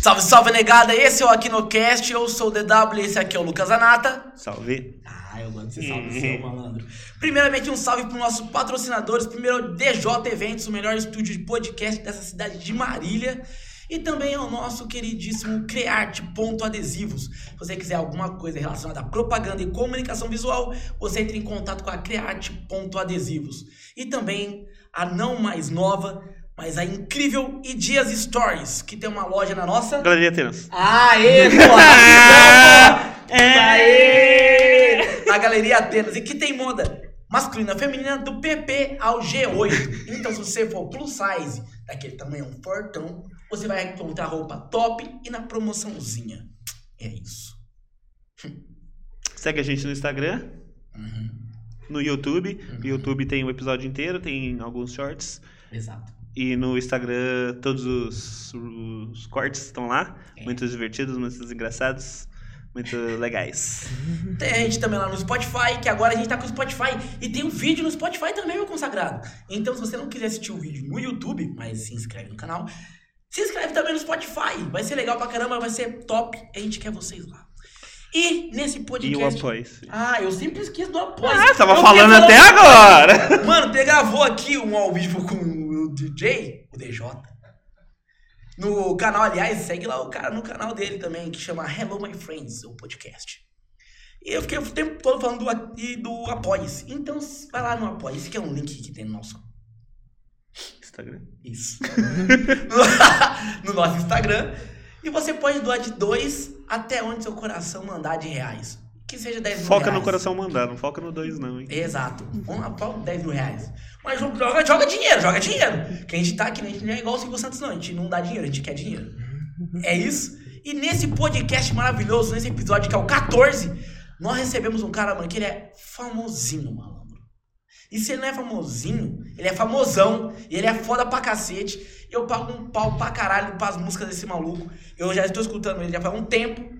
Salve, salve, negada! Esse é o Aquinocast, eu sou o DW e esse aqui é o Lucas Anata. Salve. Ah, eu mando esse salve, seu malandro. Primeiramente, um salve para os nossos patrocinadores. Primeiro, DJ Eventos, o melhor estúdio de podcast dessa cidade de Marília. E também ao nosso queridíssimo Crearte.adesivos. Se você quiser alguma coisa relacionada à propaganda e comunicação visual, você entra em contato com a Crearte.adesivos. E também a não mais nova, mas a incrível E Dias Stories, que tem uma loja na nossa. Galeria Atenas. Aê, porra! Aê! Na Galeria Atenas. E que tem moda masculina, feminina, do PP ao G8. Então, se você for plus size, daquele tamanho um fortão, você vai encontrar roupa top e na promoçãozinha. É isso. Segue a gente no Instagram, Uhum, no YouTube. No YouTube tem o episódio inteiro, tem alguns shorts. Exato. E no Instagram todos os, os cortes estão lá. É. Muitos divertidos, muitos engraçados, muito legais. Tem a gente também lá no Spotify, que agora a gente tá com o Spotify. E tem um vídeo no Spotify também, meu consagrado. Então, se você não quiser assistir o vídeo no YouTube, mas se inscreve no canal, se inscreve também no Spotify. Vai ser legal pra caramba, vai ser top. A gente quer vocês lá. E nesse E o podcast. apoio. Ah, eu sempre esqueço do apoio. Ah, tava Eu falando quero até falar- um agora! Mano, você gravou aqui um ao vivo com o DJ, o DJ. No canal, aliás, segue lá o cara no canal dele também, que chama Hello My Friends, o podcast. E eu fiquei o tempo todo falando do, a- e do Apoia-se. Então, s- vai lá no Apoia-se, que é um link que tem no nosso. Instagram. Isso. no, no nosso Instagram. E você pode doar de dois até onde seu coração mandar de reais. Que seja 10 mil Foca reais. no coração mandar, não foca no dois não, hein? Exato. Vamos lá, pau, 10 mil reais. Mas joga, joga dinheiro, joga dinheiro. Que a gente tá aqui, né? a gente não é igual o Silvio Santos, não. A gente não dá dinheiro, a gente quer dinheiro. É isso. E nesse podcast maravilhoso, nesse episódio que é o 14, nós recebemos um cara, mano, que ele é famosinho, malandro. E se ele não é famosinho, ele é famosão. E ele é foda pra cacete. Eu pago um pau pra caralho pras músicas desse maluco. Eu já estou escutando ele já faz um tempo.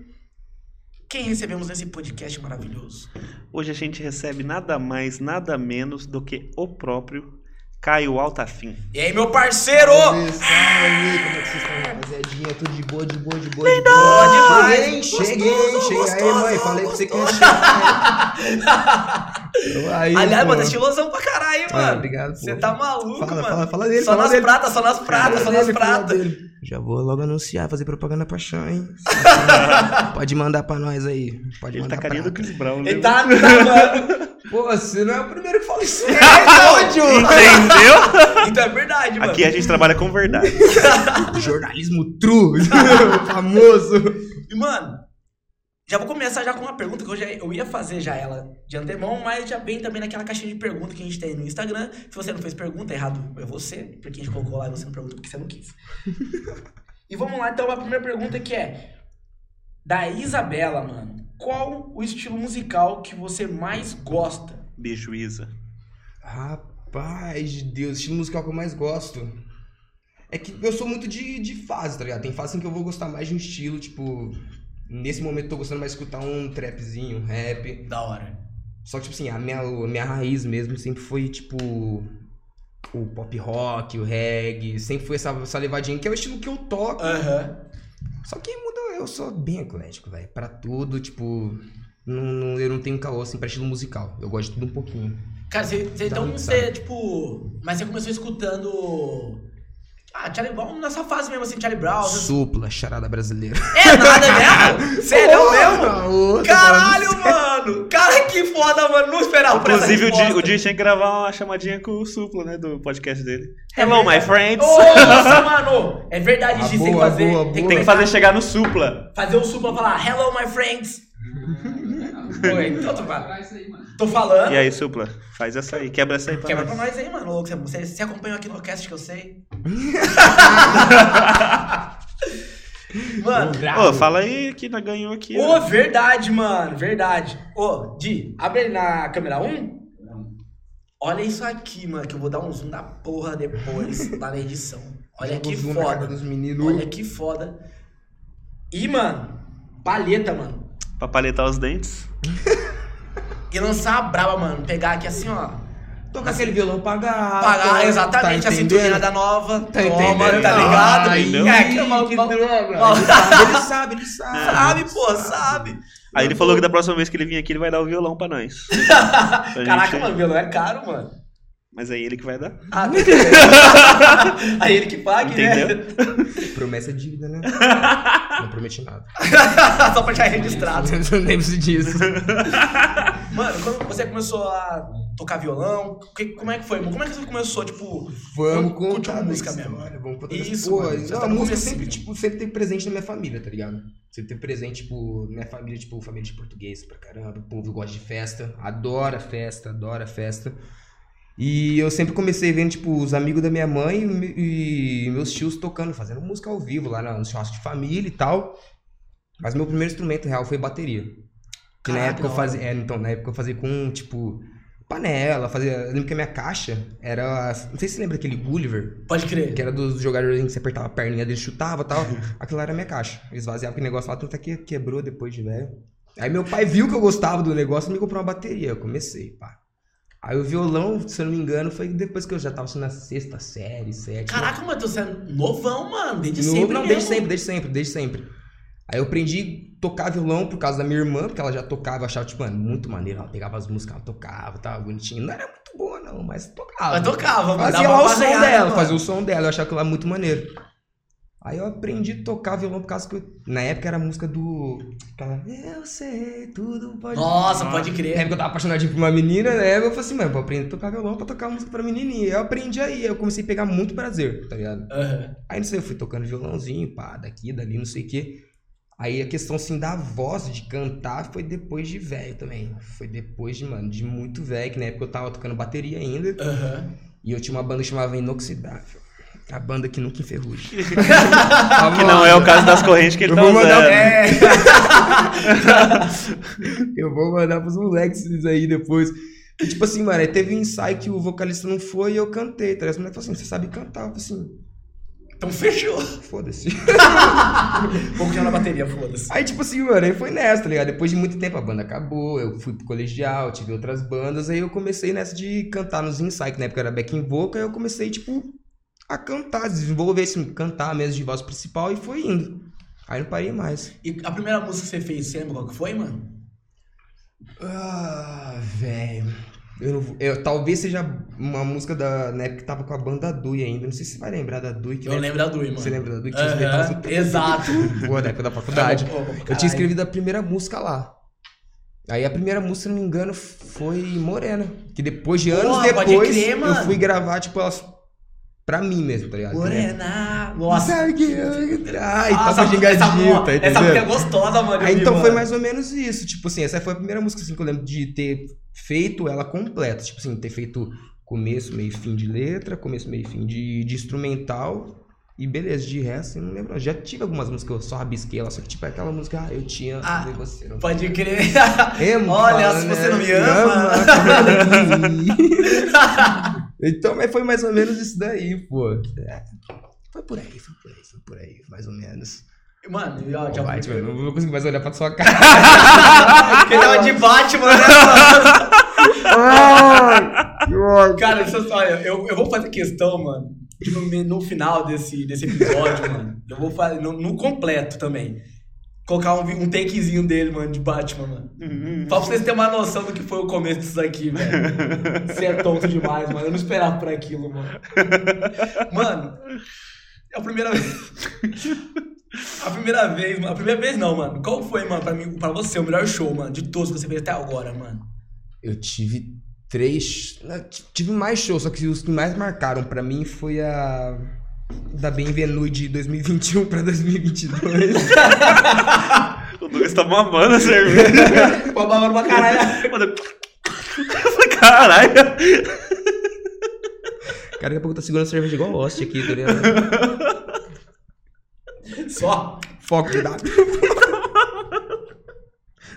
Quem recebemos nesse podcast maravilhoso? Hoje a gente recebe nada mais, nada menos do que o próprio Caio Altafim. E aí, meu parceiro? Salve, salve, como é que vocês estão, rapaziadinha? Tudo de boa, de boa, de boa, de boa. demais, Cheguei, hein? gostoso, cheguei, hein? cheguei. aí, gostoso, mãe, falei pra você que eu ia gostoso. chegar. Tô aí, Aliás, pô. mano, tá estilosão pra caralho, hein, Ah, mano. obrigado, pô. Você tá maluco, Fala, mano. fala, fala dele, só fala nas dele. pratas, só nas pratas, só Fala nas dele, fala pratas. dele. Já vou logo anunciar, fazer propaganda pra Chan, hein? Pode mandar pra nós aí. Pode Ele tá mandar pra carinha do nós. Chris Brown, né? Ele tá, tá, mano. Pô, você não é o primeiro que fala isso. né? É Entendeu? Então é verdade, mano. Aqui a gente trabalha com verdade. ódio. Jornalismo true. Famoso. E, mano, já vou começar já com uma pergunta que eu, já, eu ia fazer já ela de antemão, mas já vem também naquela caixinha de pergunta que a gente tem no Instagram. Se você não fez pergunta, errado é você, porque a gente colocou lá e você não perguntou porque você não quis. e vamos lá, então, a primeira pergunta que é da Isabela, mano. Qual o estilo musical que você mais gosta? Bicho, Isa. Rapaz de Deus, estilo musical que eu mais gosto. É que eu sou muito de, de fase, tá ligado? Tem fase em que eu vou gostar mais de um estilo, tipo. Nesse momento eu tô gostando mais de escutar um trapzinho, um rap. Da hora. Só que, tipo assim, a minha, a minha raiz mesmo sempre foi, tipo. O pop rock, o reggae, sempre foi essa, essa levadinha, que é o estilo que eu toco. Aham. Só que muda, eu sou bem eclético, velho. Pra tudo, tipo. Não, não- eu não tenho caô assim pra estilo musical. Eu gosto de tudo um pouquinho. Cara, você, você- Dá então muito você, tipo. Mas você começou escutando. Ah, Charlie Brown nessa fase mesmo, assim, Charlie Brown. essas- Supla, charada brasileira. É nada mesmo? Sério é mesmo? mesmo? Caralho, mano! Cara, que foda, mano! Não esperava por essa Inclusive, o Di- resposta. o Di tinha que gravar uma chamadinha com o Supla, né? Do podcast dele. É Hello, my verdade. friends. Ô, Nossa, mano! É verdade, Ah, Gi, tem que boa, fazer. boa, tem, que- boa. Tem que fazer chegar no Supla. fazer o supla falar Hello, my friends! Oi, então tô falando. isso aí, mano. Tô falando. E aí, Supla, faz essa aí. Quebra essa aí pra Quebra pra nós. nós aí, mano. louco. Você, você acompanhou aqui no cast que eu sei. mano, Ô, fala aí que nós ganhou aqui. ô, né? verdade, mano. Verdade. Ô, Di, abre na câmera 1. Olha isso aqui, mano, que eu vou dar um zoom da porra depois, lá na edição. Olha que foda. Dos meninos. Olha que foda. E, mano, palheta, mano. Pra paletar os dentes. E lançar a braba, mano. Pegar aqui assim, ó. Tocar aquele violão pagar. Pagar, exatamente, a cinturinha da nova, Tá toma, entendendo? tá ligado? Ah, entendeu? é, que é mal, que mal, droga. mal- Ele sabe, ele sabe, ele sabe. sabe, pô, sabe. Aí ele falou que da próxima vez que ele vir aqui, ele vai dar o violão pra nós. Tá Pra Caraca, gente- mano, violão é caro, mano. Mas aí ele que vai dar. Ah, aí ele que pague, né? Entendeu? Promessa é dívida, né? Não prometi nada. Só pra já registrado. Eu nem preciso disso. Mano, quando você começou a tocar violão, que- como é que foi? Como é que você começou, tipo... Vamos Curte contar uma música essa mesmo. história, Vamos contar Isso, Isso, mano, pô, já não, tá a no música comecinho. sempre, tipo, sempre tem presente na minha família, tá ligado? Sempre tem presente, tipo, minha família, tipo, família de português pra caramba. O povo gosta de festa, adora festa, adora festa. E eu sempre comecei vendo, tipo, os amigos da minha mãe e me- e meus tios tocando, fazendo música ao vivo lá na- no churrasco de família e tal. Mas meu primeiro instrumento real foi bateria. Que na Caraca, época eu da hora. fazia. é, então, na época eu fazia com, tipo, panela, fazia. Eu lembro que a minha caixa era. Não sei se você lembra aquele Gulliver, Pode crer. que era dos jogadores em que você apertava a perninha dele, chutava e tal. Aquilo era a minha caixa. Eu esvaziava aquele negócio lá, tanto é que quebrou depois de velho. Aí meu pai viu que eu gostava do negócio e me comprou uma bateria. Eu comecei, pá. Aí o violão, se eu não me engano, foi depois que eu já tava assim, na sexta série, sétima. Caraca, mano, você é novão, mano. Desde No- sempre né? mesmo. não, desde sempre, desde sempre, desde sempre. Aí eu aprendi a tocar violão por causa da minha irmã, porque ela já tocava, eu achava, tipo, mano, muito maneiro. Ela pegava as músicas, ela tocava, tava bonitinho. Não era muito boa, não, mas tocava. Mas tocava, mano. Fazia dava lá o pra som ganhar, dela, mano. fazia o som dela, eu achava aquilo lá muito maneiro. Aí eu aprendi a tocar violão por causa que eu- na época era a música do. Aquela, eu sei, tudo pode. Nossa, pode Na crer. época eu tava apaixonadinho por uma menina, né? Eu falei assim, mano, vou aprender a tocar violão pra tocar música pra menininha. Eu aprendi aí, eu comecei a pegar muito prazer, tá ligado? Aham. Aí não sei, eu fui tocando violãozinho, pá, daqui, dali, não sei o quê. Aí a questão assim da voz, de cantar, foi depois de velho também. Foi depois de, mano, de muito velho, que na época eu tava tocando bateria ainda. Aham. E eu tinha uma banda que chamava Inoxidável. A banda que nunca enferruja. Tá Que não é o caso das correntes que ele Eu tá vou mandar usando. é. Eu vou mandar pros moleques isso aí depois. E, tipo assim, mano, aí teve um ensaio que o vocalista não foi e eu cantei. Tá? ligado? Os moleques falaram assim, você sabe cantar. Eu falei assim, Então fechou. foda-se. Vou continuar na bateria, foda-se. Aí, tipo assim, mano, aí foi nessa, tá ligado? Depois de muito tempo a banda acabou, eu fui pro colegial, tive outras bandas, aí eu comecei nessa de cantar nos ensaios, que na época era back in vocal, aí eu comecei, tipo, a cantar, desenvolver, assim, cantar mesmo de voz principal e foi indo. Aí não parei mais. E a primeira música que você fez, você lembra qual que foi, mano? Ah, velho. Eu, não vou- eu- talvez seja uma música da. Na época que tava com a banda Dui ainda. Não sei se você vai lembrar da Dui. Que Eu na- lembro da Dui, mano. Você lembra da Dui? Que tinha os metais Aham. Exato. assim, boa, na época da Tá, faculdade. Pô, Eu tinha caralho. escrevido a primeira música lá. Aí a primeira música, se não me engano, foi Morena. Que depois de anos Porra, pode depois, crer, eu mano. fui gravar, tipo, elas pra mim mesmo, tá ligado? Morena. Nossa. Sabe que eu- Ai, Nossa, papo de Ah, essa, gadinho, tá essa, essa música é entendendo? gostosa, mano. eu Aí vi, então foi mano. mais ou menos isso. Tipo assim, essa foi a primeira música assim, que eu lembro de ter feito ela completa. Tipo assim, ter feito começo, meio e fim de letra, começo, meio e fim de, de instrumental. E beleza, de resto, assim, eu não lembro. não. Já tive algumas músicas que eu só rabisquei ela, só que tipo é aquela música, ah, eu te amo, Ah, e você não Pode crer. Remo Olha, fala, se né? você não me Me ama. então, mas foi mais ou menos isso daí, pô. É, Foi por aí, foi por aí, foi por aí, mais ou menos. Mano, e ó, já Vai, tipo, eu Porque não vou conseguir mais olhar pra sua cara. tava é de Batman, né, mano? Ai, que ódio. Cara, deixa eu só, olha, eu, eu vou fazer questão, mano, de no, me- no final desse, desse episódio, mano, eu vou fazer, no, no completo também, colocar um, vi- um takezinho dele, mano, de Batman, mano. Só pra vocês terem uma noção do que foi o começo disso aqui, velho. Você é tonto demais, mano. Eu não esperava por aquilo, mano. Mano, é a primeira vez. A primeira vez, mano. A primeira vez não, mano. Qual foi, mano, pra, mim, pra você, o melhor show, mano, de todos que você fez até agora, mano? Eu tive três. né, t- Tive mais shows, só que os que mais marcaram pra mim foi a. Da Benvenue de 2021 pra 2022. um- O Douglas tá mamando a cerveja. Pô, babando pra caralho. Mano, Caralho. Cara, daqui a pouco tá segurando cerveja igual Lost aqui, tá ligado? Só. Foco de dado.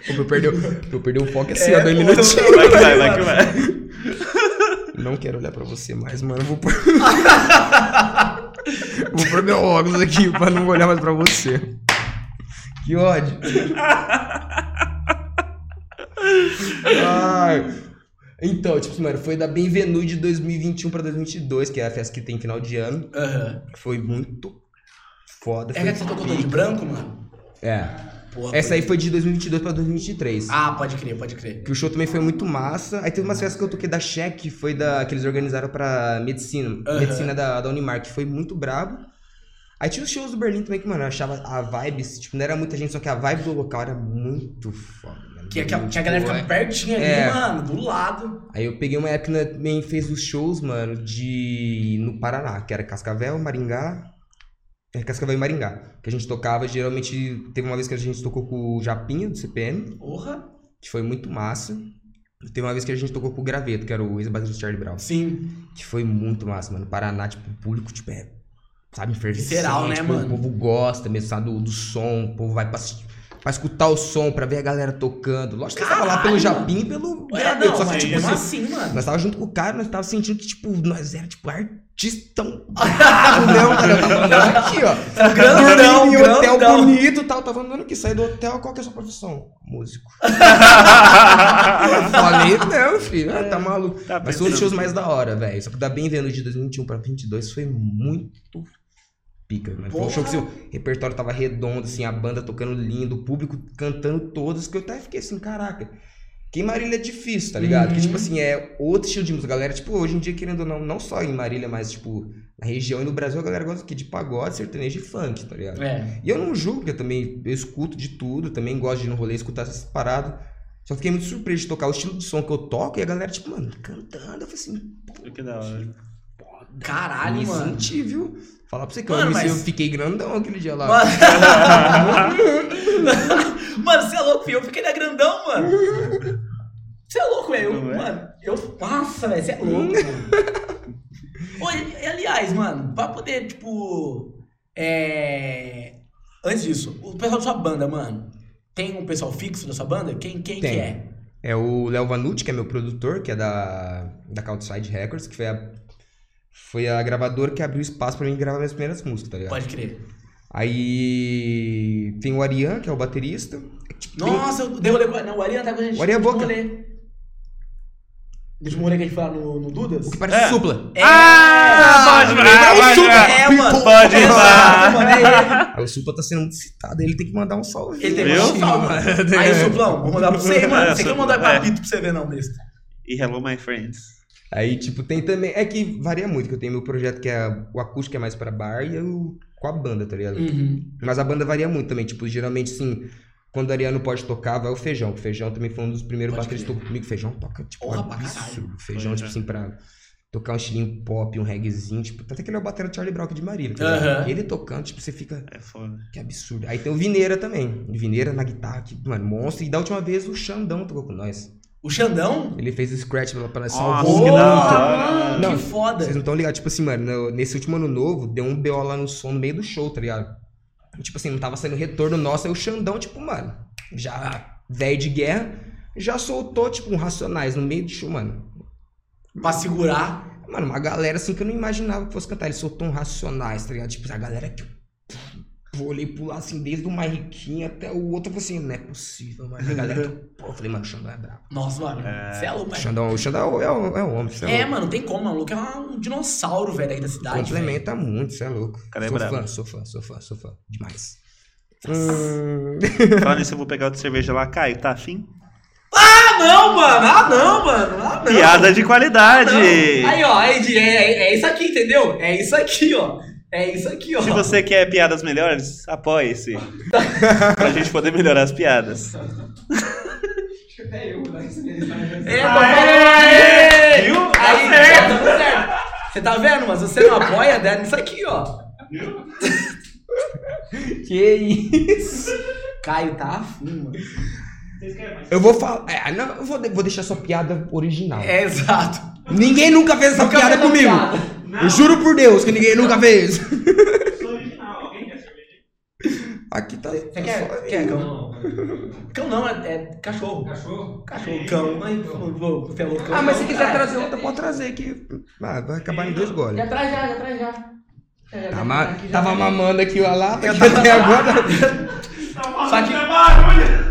Pô, pra eu perder, o- pra eu perder o foco é assim, ó, dois pô, minutinhos. Vai um que vai, vai que vai. Não quero olhar pra você mais, mano. Vou pôr. vou pôr meu óculos aqui pra não olhar mais pra você. Que ódio. Ai. Então, tipo assim, mano, foi da Benvenue de 2021 pra 2022, que é a festa que tem final de ano. Aham. Foi muito foda. É foi que você tocou todo de branco, mano? É. Porra, Essa foi- aí foi de 2022 pra 2023. Ah, pode crer, pode crer. Que o show também foi muito massa. Aí teve umas festas que eu toquei da Check, que foi da que eles organizaram pra medicina, Aham. medicina da, da Unimar, que foi muito brabo. Aí tinha os shows do Berlim também que, mano, eu achava a vibe, tipo, não era muita gente, só que a vibe do local era muito foda, mano. Que, que a, Muito que a galera boa. fica pertinho ali, É. mano, do lado. Aí eu peguei uma época que também fez os shows, mano, de. no Paraná, que era Cascavel, Maringá. É, Cascavel e Maringá. Que a gente tocava, geralmente. Teve uma vez que a gente tocou com o Japinha, do CPM, Porra. que foi muito massa. E Teve uma vez que a gente tocou com o Graveto, que era o ex-baterista do Charlie Brown. Sim. Que foi muito massa, mano. Paraná, tipo, o público, tipo, é. Sabe, enfervescente. Visceral, né, tipo, mano? O povo gosta mesmo, sabe, do, do som. O povo vai pra, assisti- pra escutar o som, pra ver a galera tocando. Lógico que eu tava lá pelo Caralho, Japim e pelo É, Graveto. não, só mas que, aí tipo, mesmo você- assim, mano. nós tava junto com o cara, nós tava sentindo que, tipo, nós era, tipo, artistão. brabo mesmo, cara. Tava andando aqui, ó. Grandão, Dormindo em um hotel grandão. bonito e tal. Tava andando aqui, saí do hotel. Qual que é a sua profissão? Músico. Eu Falei, não, filho. Ah, É. tá maluco. Tá Mas foi um pensando. dos shows mais da hora, velho. Só que da Bem Vendo de 2021 pra 2022 foi muito pica, mano. Foi um Porra. show que assim, o repertório tava redondo, assim, a banda tocando lindo, o público cantando todas, que eu até fiquei assim, caraca. Que em Marília é difícil, tá ligado? Porque, Uhum. tipo assim, é outro estilo de música. A Galera, tipo, hoje em dia, querendo ou não, não só em Marília, mas, tipo, na região e no Brasil, a galera gosta aqui de pagode, sertanejo e funk, tá ligado? É. E eu não julgo, porque eu também eu escuto de tudo, também gosto de ir no rolê escutar essas paradas. Só fiquei muito surpreso de tocar o estilo de som que eu toco e a galera, tipo, mano, cantando. Eu falei assim, Que da hora. Caralho, me mano. senti, viu? Falar pra você que eu, Mano, me senti, mas- eu fiquei grandão aquele dia lá. Mano. mano, você é louco, filho. Eu fiquei na grandão, mano. Você é louco, velho. Eu- Não é? Mano, eu. Nossa, velho, você é louco, mano. Hum. Oi, e aliás, mano, pra poder, tipo. É. Antes disso, o pessoal da sua banda, mano. Tem um pessoal fixo da sua banda? Quem, quem que Tem. é? É o Léo Vanucci, que é meu produtor, que é da, da Couchside Records, que foi a, foi a gravadora que abriu espaço pra mim gravar minhas primeiras músicas, tá ligado? Pode crer. Aí tem o Arian, que é o baterista. Tipo, Nossa, eu derrolei. com- Não, o Ariana tá com a gente. O Ariana é último Boca. rolê. Último um rolê que a gente foi lá no, no Dudas? O que parece É. supla. É. Ah, pode lembrei, falar, é o pode Supla. falar. É, mano. Pode ir lá. Exato, mano, é ele. Aí o supla tá sendo muito citado, ele tem que mandar um salve. Ele tem que Viu? mandar um salve. mano. Aí, Suplão, vou mandar pra você, aí, mano. É, Você quer Suplão, mandar é. pra Pito pra você ver, não, besta. E hello, my friends. Aí, tipo, tem também. É que varia muito, que eu tenho meu projeto que é o acústico, que é mais pra bar, e eu com a banda, tá Hum. ligado? Uhum. Mas a banda varia muito também. Tipo, geralmente, assim, quando o Ariano pode tocar, vai o Feijão. O Feijão também foi um dos primeiros Pode bateristas que tocou comigo. Feijão toca, tipo, um Porra, pra caralho. absurdo. Feijão, Pois tipo é. assim, pra tocar um estilinho pop, um reggaezinho. Tipo, tanto que ele é o batera do Charlie Brown aqui de Marília. tá ligado? Aham. Ele tocando, tipo, você fica... É foda. Que absurdo. Aí tem o Vineira também. O Vineira na guitarra, que, mano, monstro. E da última vez o Xandão tocou com nós. O Xandão? Ele fez o scratch pra, pra nós, Nossa, salvou que Porra, da muito. hora. mano, Não, que foda. Vocês não estão ligados, tipo assim, mano, no- nesse último ano novo, deu um BO lá no som no meio do show, tá ligado? E, Tipo assim, não tava saindo retorno nosso, aí o Xandão, tipo, mano, já velho de guerra, já soltou, tipo, um Racionais no meio do show, mano. Pra segurar. Mano, uma galera assim que eu não imaginava que fosse cantar, ele soltou um Racionais, tá ligado? Tipo, a galera que eu pô, olhei pular assim, desde o Marriquinho até o outro, eu falei assim, não é possível, mano. A galera que eu, pô, eu falei, mano, o Xandão é brabo. Nossa, mano. Você é louco, O velho. Xandão, o Xandão é o, é o homem, você é É, louco. mano, não tem como, mano. O Luke é um dinossauro, velho, Tá aí da cidade. velho. Complementa muito, você é louco. cara é sou brabo. fã, sou fã, sou fã, sou fã. Demais. Hum, Falando nisso, eu vou pegar outra cerveja lá. Caio, tá afim? Ah, não, mano. Ah, não, mano. Ah, não. Piada de qualidade! Não. Aí, ó, é, de- é, é isso aqui, entendeu? É isso aqui, ó. É isso aqui, ó. Se você quer piadas melhores, apoie-se. pra gente poder melhorar as piadas. É eu, né? É, É. tô Aê! falando, Viu? Tá Aí, certo. tá tudo certo. Você tá vendo, mas você não apoia, né? Isso aqui, ó. que isso? Caio tá afim, mano. Vocês querem mais? Eu vou falar. É, não, eu vou, de- vou deixar sua piada original. É, exato. é Ninguém nunca fez essa piada fez comigo. essa Não, Eu juro por Deus que ninguém nunca fez. sou original. Alguém quer cerveja? Aqui tá. Você quer, quer é? cão? Cão não, é, é cachorro. Cachorro? Cachorro, cão. Ai, vou, vou, você é louco, cão. Ah, mas se quiser Cara, trazer outra, pode trazer aqui. Ah, vai acabar em dois goles. Já traz já, já traz já. Já, já, Tá já, ma- tá aqui, já, tava já. mamando aqui a lata Eu que tava- até agora. Tá Só falando que- que é barulho!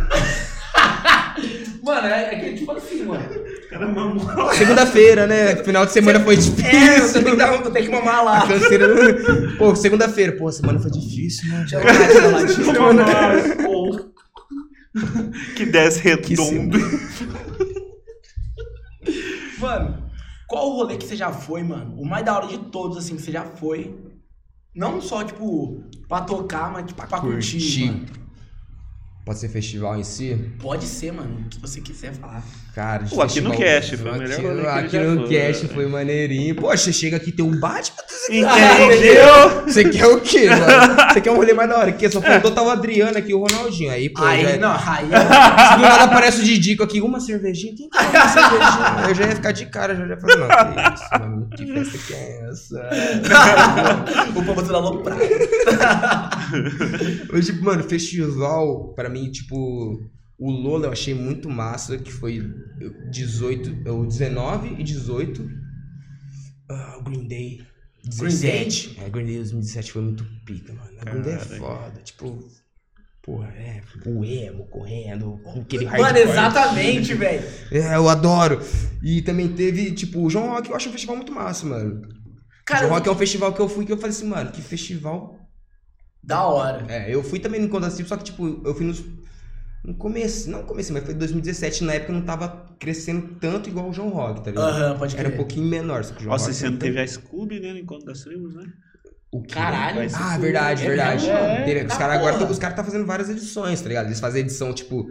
Mano, é, é que tipo assim, mano. Era mamão. Segunda-feira, né? Final de semana foi É, eu difícil. tenho que, dar, eu tenho que mamar lá. A canseira. né? Pô, segunda-feira. Pô, semana foi difícil, mano. É. Já tá né? Que desce redondo. Mano, qual o rolê que você já foi, mano? O mais da hora de todos, assim, que você já foi. Não só, tipo, pra tocar, mas tipo, pra, curtir. mano. Pode ser festival em si? Pode ser, mano, o que você quiser falar. Cara, de Pô, aqui no festival- Cash foi o melhor Aqui, rolê que ele aqui já no foi, né? Cash velho. foi maneirinho. Poxa, chega aqui tem um Batman. Entendeu? Você quer o quê, mano? Você quer um rolê mais da hora? Que É. só faltou tava o Adriano aqui, o Ronaldinho. Aí, pô, aí, já- é- não, aí. Se do nada aparece o Didico aqui, uma cervejinha, quem quer uma cervejinha? Eu já ia ficar de cara, já ia falar, não, que isso, mano, que festa que é essa? é o povo tudo aloprado. Mas, tipo, mano, festival, pra mim, tipo, o Lola eu achei muito massa, que foi 18, ou 19 e 18. Ah, o Green Day. 17. É, Green Day 2017 foi muito pica, mano. A Green Day é Caralho. foda, tipo... Porra, é, o emo correndo, com aquele Mano, hardcore. exatamente, velho. É, eu adoro. E também teve, tipo, o João Rock, eu acho um festival muito massa, mano. o Cara, João Rock é um festival que eu fui que eu falei assim, mano, que festival. da hora. É, eu fui também no Encontro da Cip, só que, tipo, eu fui nos. No começo, não começo, mas foi 2017, na época eu não tava crescendo tanto igual o João Rock, tá ligado? Aham, pode crer. Era um pouquinho menor, só que o João Nossa, Rock esse era ano tão- teve a Scooby, né? No encontro das tribos, né? O quê? Caralho. Vai ser Ah, Scooby. verdade, É verdade. mesmo? É. Teve- os Tá caras agora porra. os cara tá fazendo várias edições, tá ligado? Eles fazem edição, tipo,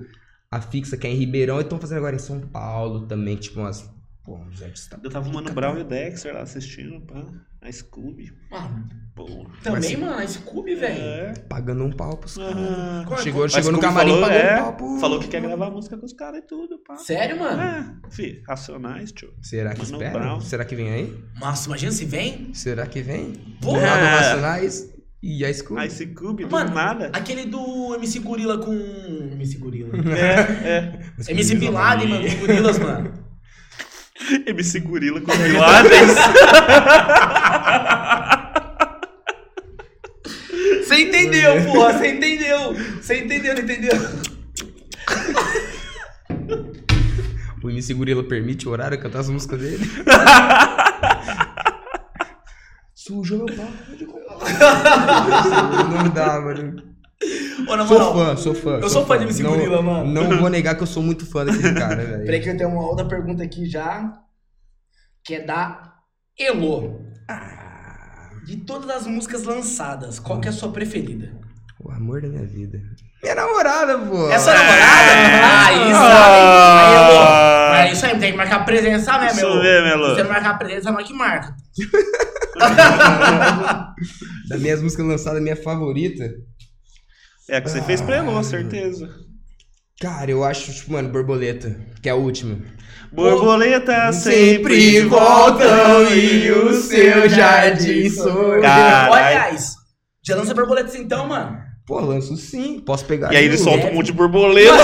a fixa que é em Ribeirão e estão fazendo agora em São Paulo também, tipo, umas. Pô, uns artistas. tá Eu tava o Mano Brown e o Dexter lá assistindo, pá. A Scooby. Mano, Pô. assim. também, mano, esse cube, velho. É. pagando um pau pros caras. Ah. Qual é- Chegou, Mas chegou no Scooby camarim falou, pagando é, um pau pro... Falou que quer gravar música com os caras e tudo, pá. Sério, mano? É, fi, racionais, tio. Será que Mano espera? Brown. Será que vem aí? Nossa, imagina se vem. Será que vem? Porra! Ronaldo Racionais e a Scooby. Ah, esse Cube, do Mano, nada. Aquele do MC Gorila com. MC Gorila. É, Mas MC Bin Scooby não. Laden, mano, os gorilas, mano. é. MC Gorila com pilares. Você entendeu, porra, você entendeu. Você entendeu, não entendeu? O MC Gorila permite o horário cantar as músicas dele? Sujou meu pau. Não dá, mano. Ô, na Sou moral, fã, sou fã. eu sou fã de MC Não- Gorila, mano. Não vou negar que eu sou muito fã daquele cara, Peraí velho. que eu tenho uma outra pergunta aqui já, que é da Elo. De todas as músicas lançadas, qual que é a sua preferida? O amor da minha vida. Minha namorada, pô. É sua namorada? Ah, isso aí. Aí, Elo. É isso aí, tem que marcar presença mesmo, Ah. Isso Elo. mesmo, Elo. Se você não marcar presença, não é que marca. Das minhas músicas lançadas, minha favorita. É a que você fez pra Elon, certeza. Cara, eu acho, tipo, mano, borboleta, que é a última. Borboleta sempre voltam e o seu jardim sou. Caralho. Olha, aliás, já lança borboletas então, mano. Pô, lanço sim, posso pegar. né? E aí ele aqui, solta um monte de borboleta.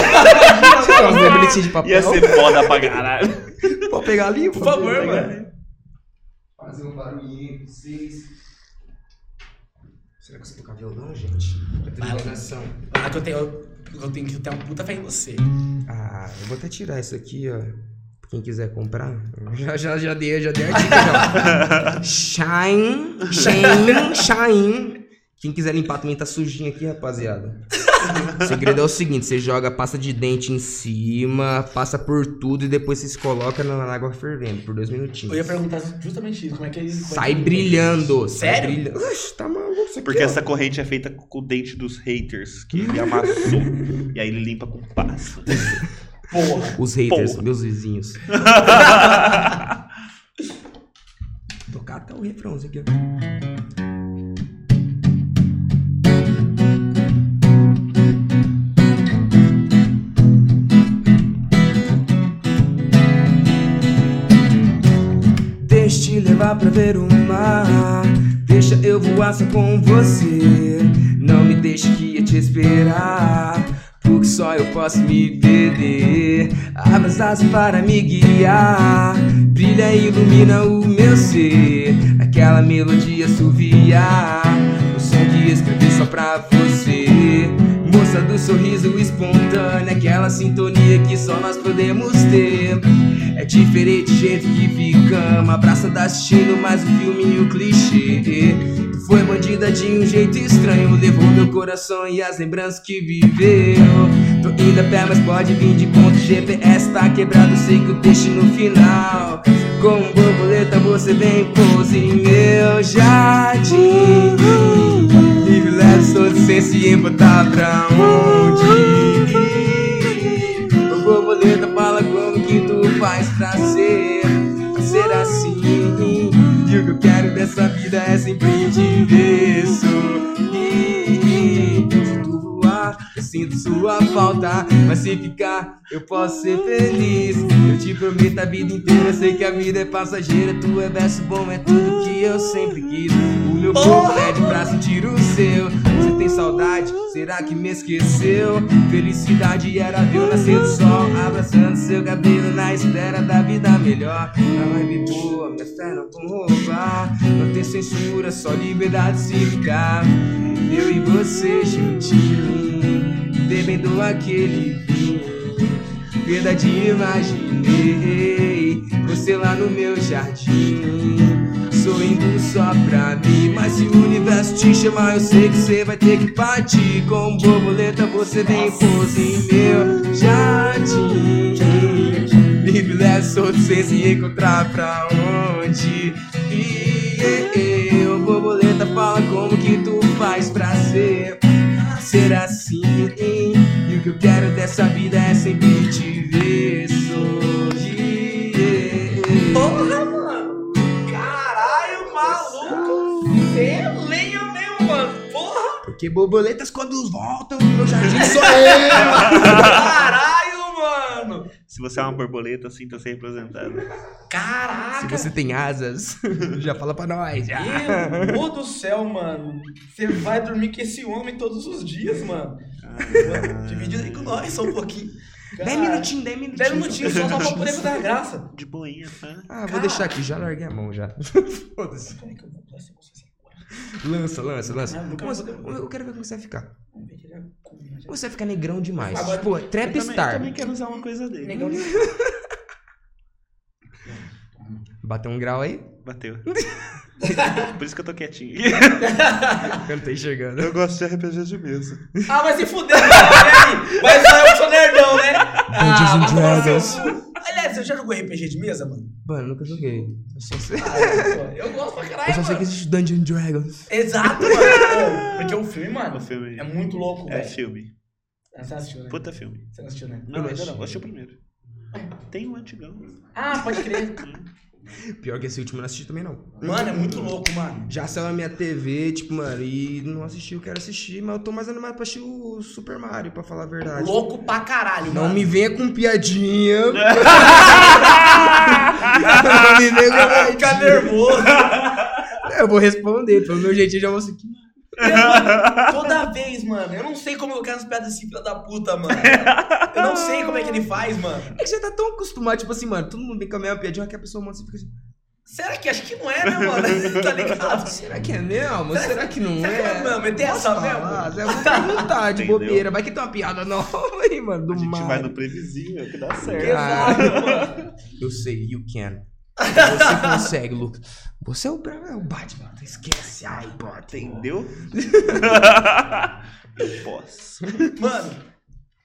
Tirar uns lembretinhos um de papel. Ia ser foda pra caralho. Pode pegar ali, Por favor, mano. Fazer um barulhinho vocês. Será que você toca violão, gente? Pra ter Vai lá. iluminação. Ah, que eu tenho, eu tenho que ter uma puta fé em você. Ah, eu vou até tirar isso aqui, ó. Pra Quem quiser comprar. Já, já, já dei, já dei a dica, já. Shine, shine, shine. Quem quiser limpar também tá sujinho aqui, rapaziada. O segredo é o seguinte, você joga a pasta de dente em cima, passa por tudo e depois você se coloca na na água fervendo por dois minutinhos. Eu ia perguntar justamente isso, como é que é isso? como é Sai que- brilhando. sai Sério? brilhando. Oxe, tá maluco isso aqui, Porque ó. essa corrente é feita com o dente dos haters, que ele amassou. e aí ele limpa com pasta. Porra. Os haters, Porra. meus vizinhos. Tocar até tá o refrãozinho aqui, ó. Deixa te levar pra ver o mar. Deixa eu voar só com você. Não me deixe que ia te esperar. Porque só eu posso me perder. Abra as asas para me guiar. Brilha e ilumina o meu ser. Aquela melodia suviar. O som que escrevi só pra você. Moça do sorriso espontâneo, aquela sintonia que só nós podemos ter. É diferente o jeito que ficamos, abraça tá assistindo mais um filme e o clichê. Tu foi bandida de um jeito estranho, levou meu coração e as lembranças que viveu. Tô indo a pé, mas pode vir de ponto GPS tá quebrado, sei que o destino final Como borboleta você vem pose em meu jardim Livre, leve, sou de senso e botar pra onde ir Ô, Borboleta, fala como que tu faz pra ser, pra ser assim E o que eu quero dessa vida é sempre te ver sorrir Se tu voar, eu sinto sua falta Mas se ficar, eu posso ser feliz Eu te prometo a vida inteira eu Sei que a vida é passageira Tu é verso bom, é tudo que eu sempre quis O meu corpo é pede pra sentir o um seu Você tem saudade? Será que me esqueceu? Felicidade era ver o nascer do sol Abraçando seu cabelo na espera da vida melhor A vibe boa, minha fé não vão roubar Não tem censura, só liberdade de se ficar eu e você juntinho, bebendo aquele vinho. Verdade, imaginei você lá no meu jardim, sorrindo só pra mim. Mas se o universo te chamar, eu sei que você vai ter que partir. Com borboleta, você vem pose em meu jardim. Livre, leve, solto, sem se encontrar pra onde e eu, borboleta, fala como que tu faz pra ser, ser assim. E o que eu quero dessa vida é sempre te ver sorrir. Porra, mano! Caralho, maluco! Você lenha mesmo, mano! Porra! Porque borboletas quando voltam no meu jardim sou eu. Caralho, mano! Se você é uma borboleta, sinta-se representado. Se Caraca! você tem asas, já fala pra nós. já. Meu Deus do céu, mano! Você vai dormir com esse homem todos os dias, mano! Divide aí com nós só um pouquinho. Ah. Dez minutinhos, dez minutinhos. Dez minutinhos só, só pra poder dar graça. De boinha, tá? Ah, vou deixar aqui, já larguei a mão já. Foda-se. Como é que eu vou fazer com você? Lança, lança, lança. Ah, nunca Moça, vou eu eu quero ver como você vai ficar. Vamos ver, ele é cool, né, já. Você vai ficar negrão demais. Agora- Pô, Eu trap também, eu star. também quero usar uma coisa dele. Negão de Bateu um grau aí? Bateu. Por isso que eu tô quietinho. Eu não tô enxergando. Eu gosto de RPGs de mesa. Ah, mas se fuder, peraí. Mas só eu que sou nerdão, né? Dungeons Ah, and vai tomar no Dragons. seu cu. Aliás, você já jogou RPG de mesa, mano? Mano, eu nunca joguei. Eu só sei, Ah, eu sou- eu gosto pra eu caralho, só sei que É, mano. existe Dungeon Dragons. Exato, mano. Pô, Porque o filme, mano, O filme é muito louco, é velho. filme. Você não assistiu, né? Puta filme. Você não assistiu, né? Não, não ainda achei. não. Achei o primeiro. Tem um antigão. Ah, pode crer. Pior que esse último eu não assisti também, não. Mano, é muito louco, mano. Já saiu na minha TV, tipo, mano, e não assisti, eu quero assistir, mas eu tô mais animado pra assistir o Super Mario, pra falar a verdade. Louco pra caralho, Não mano. me venha com piadinha. não me venha com Fica piadinha. nervoso. Eu vou responder, pelo meu jeitinho eu já vou assim, seguir. Toda vez, mano. Eu não sei como eu quero as piadas desse filho da puta, mano. Eu não sei como é que ele faz, mano. É que já tá tão acostumado, tipo assim, mano, todo mundo vem com a mesma piadinha, que a pessoa manda e fica assim, Será que acho que não é, né, mano? Tá ligado? será que é mesmo? Será que não Será que é é? mesmo? Meter essa mesmo? Ah, Zé, vou perguntar de Entendeu? bobeira. Vai que tem uma piada nova aí, mano, do A gente mar. vai no previsível, que dá certo. Exato, mano. Eu sei, you can. Você consegue, Luke. Você é o, Bra- é o Batman, esquece. Ai, bota. Entendeu? Eu posso. Mano,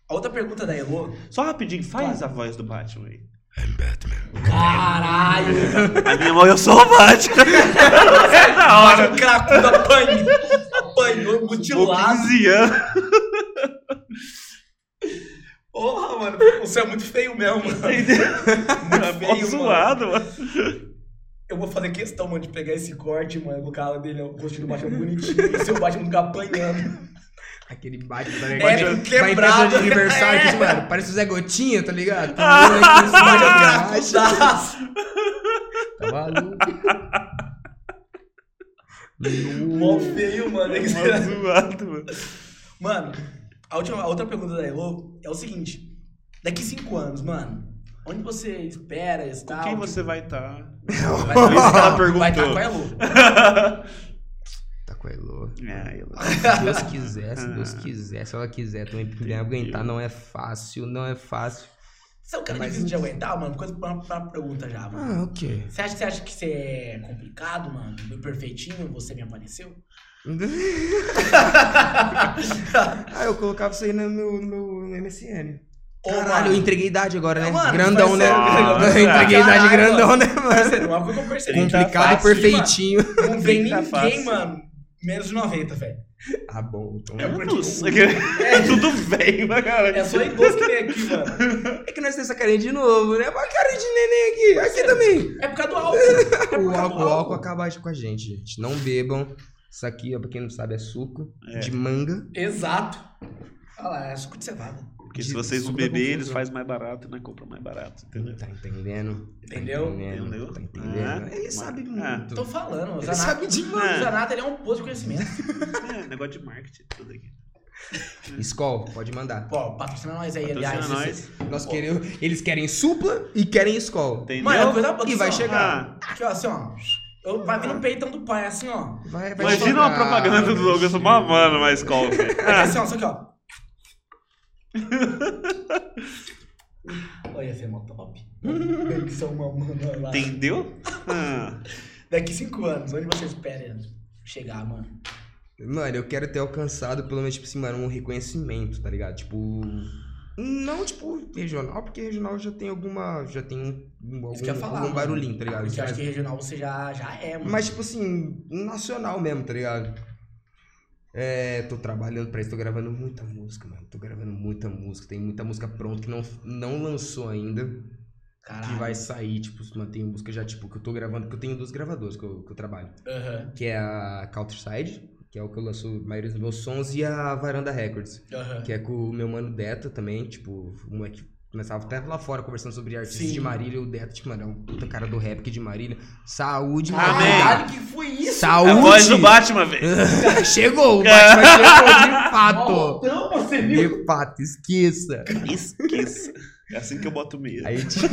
a outra pergunta da Elo. Só rapidinho, faz a voz do Batman aí. Caralho! A minha mão, eu sou o Batman. é da hora. O cracudo apanhou, apanhou, mutilado. 15 anos. Porra, mano, você é muito feio mesmo, mano. Mó feio, Tá zoado, mano. Eu vou fazer questão, mano, de pegar esse corte, mano, do cara dele, o rosto do Batman bonitinho, e o seu Batman ficar apanhando. Aquele Batman, tá ligado? É, Vai- vai em quebrado. festa de aniversário, É. tipo, mano, parece o Zé Gotinha, tá ligado? Tá vendo aqui, esse Batman tá Cracudaço! Tá maluco. Mó feio, Tá mano. é que você- Mó zoado, mano. Mano, a, última, a outra pergunta da Elo é o seguinte. Daqui cinco anos, mano, onde você espera estar? Quem você vai tá? estar? vai, é vai, Ela vai, tá vai perguntou. estar com a Elo? Tá com a Elo. É, Ah, eu... Se Deus quiser, se Deus quiser, se ela quiser também, porque aguentar não é fácil, não é fácil. Você é um cara Mas difícil de não- aguentar, mano? Coisa pra, pra pergunta já, mano. Ah, ok. Você acha, você acha que você é complicado, mano? Meu perfeitinho, você me apareceu? ah, eu colocava isso aí no meu, no meu MSN. Ô, Caralho, eu mano. entreguei idade agora, né? Mano, grandão, faz né? só- Eu entreguei Caralho, idade grandão, né, mano? Parceiro, uma coisa que eu percebi. Complicado Tá e fácil, perfeitinho. mano. Não vem Tá ninguém, fácil. mano. Menos de 90, velho. Ah, bom. Então... É, porque- Nossa, que... é tudo bem, mas cara. É só idoso que vem aqui, mano. É que nós temos essa carinha de novo, né? Olha a carinha de neném aqui. Aqui também. É por causa do álcool. É por O causa álcool, do o álcool acaba com a gente, gente. Não bebam. Isso aqui, ó, pra quem não sabe, é suco É. de manga. Exato. Olha lá, é suco de cevada. Porque de- se vocês não suco da beberem, eles confusão. fazem mais barato e nós compram mais barato, entendeu? Tá entendendo? Tá Entendeu? entendendo, Entendeu? Tá entendendo. Ah, ele sabe ah, muito. Tô falando, o Ele Zanato, sabe o demais. Zanato ele é um poço de conhecimento. É, negócio de marketing, tudo aqui. Skol, pode mandar. Pô, patrocina nós aí, Patrocina aliás. nós. esse- Nós queremos, eles querem supla e querem Skol. Entendeu? Ah, Mano, é coisa boa. E vai assim, ó. chegar. Aqui, ó, assim, ó. Eu, vai vir no peitão do pai, assim, ó. Vai, vai Imagina uma chegar, propaganda do Douglas bichinho. mamando mais call, velho. Ah, Aqui, assim, ó, só aqui, ó. Olha, esse é mó top. Eu que sou uma mano lá. Entendeu? Ah, Daqui cinco anos, onde você espera chegar, mano? Mano, eu quero ter alcançado, pelo menos, tipo assim, mano, um reconhecimento, tá ligado? Tipo. Não, tipo, regional, porque regional já tem alguma. Já tem um. um- Isso que eu ia algum, falar, algum mano. barulhinho, tá ligado? Porque eu acho Mas, que regional você já, já é, mano. mas, tipo assim, nacional mesmo, tá ligado? É, tô trabalhando pra isso, tô gravando muita música, mano. Tô gravando muita música. Tem muita música pronta que não, não lançou ainda. Caralho. Que vai sair, tipo, mano, tem música já, tipo, que eu tô gravando, que eu tenho dois gravadores que eu- que eu trabalho Aham, que é a Counterside, que é o que eu lanço a maioria dos meus sons, e a Varanda Records, aham. que é com o meu mano Deta também, tipo, um é que começava até lá fora conversando sobre artistas Sim. de Marília, e o Deta, tipo, mano, é um puta cara do rap aqui de Marília. Saúde, mano. Caralho, que foi isso? é a voz do Saúde! Batman, velho. chegou, o Batman chegou, de Ó, fato. Então você viu? De fato, esqueça. Esqueça. É assim que eu boto medo. Aí, tipo,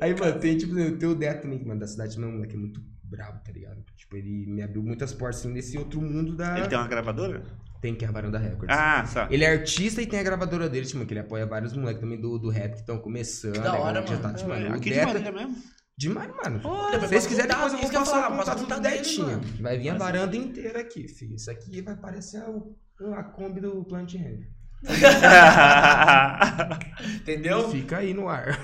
Aí, mano, tem, tipo, eu tenho o Death também, mano, da cidade, meu moleque é muito brabo, tá ligado? Tipo, ele me abriu muitas portas, assim, nesse outro mundo da... Ele tem uma gravadora? Tem que é a Varanda Records. Então. Ah, só. Ele é artista e tem a gravadora dele, tipo, que ele apoia vários moleques também do, do rap que estão começando. Que da a hora, galera que Já mano. tá, tipo, mano, o Aqui É, de Deca- Marília mesmo. Demais, mano. Olha, Se vai vocês passar quiserem, tudo, depois eu vou isso que eu ia passar falar, o passar contato tudo do dele, Detinho. mano. Vai vir a Passa. varanda inteira aqui, filho. Isso aqui vai parecer a, a Kombi do Plant Hand. Entendeu? Fica aí no ar.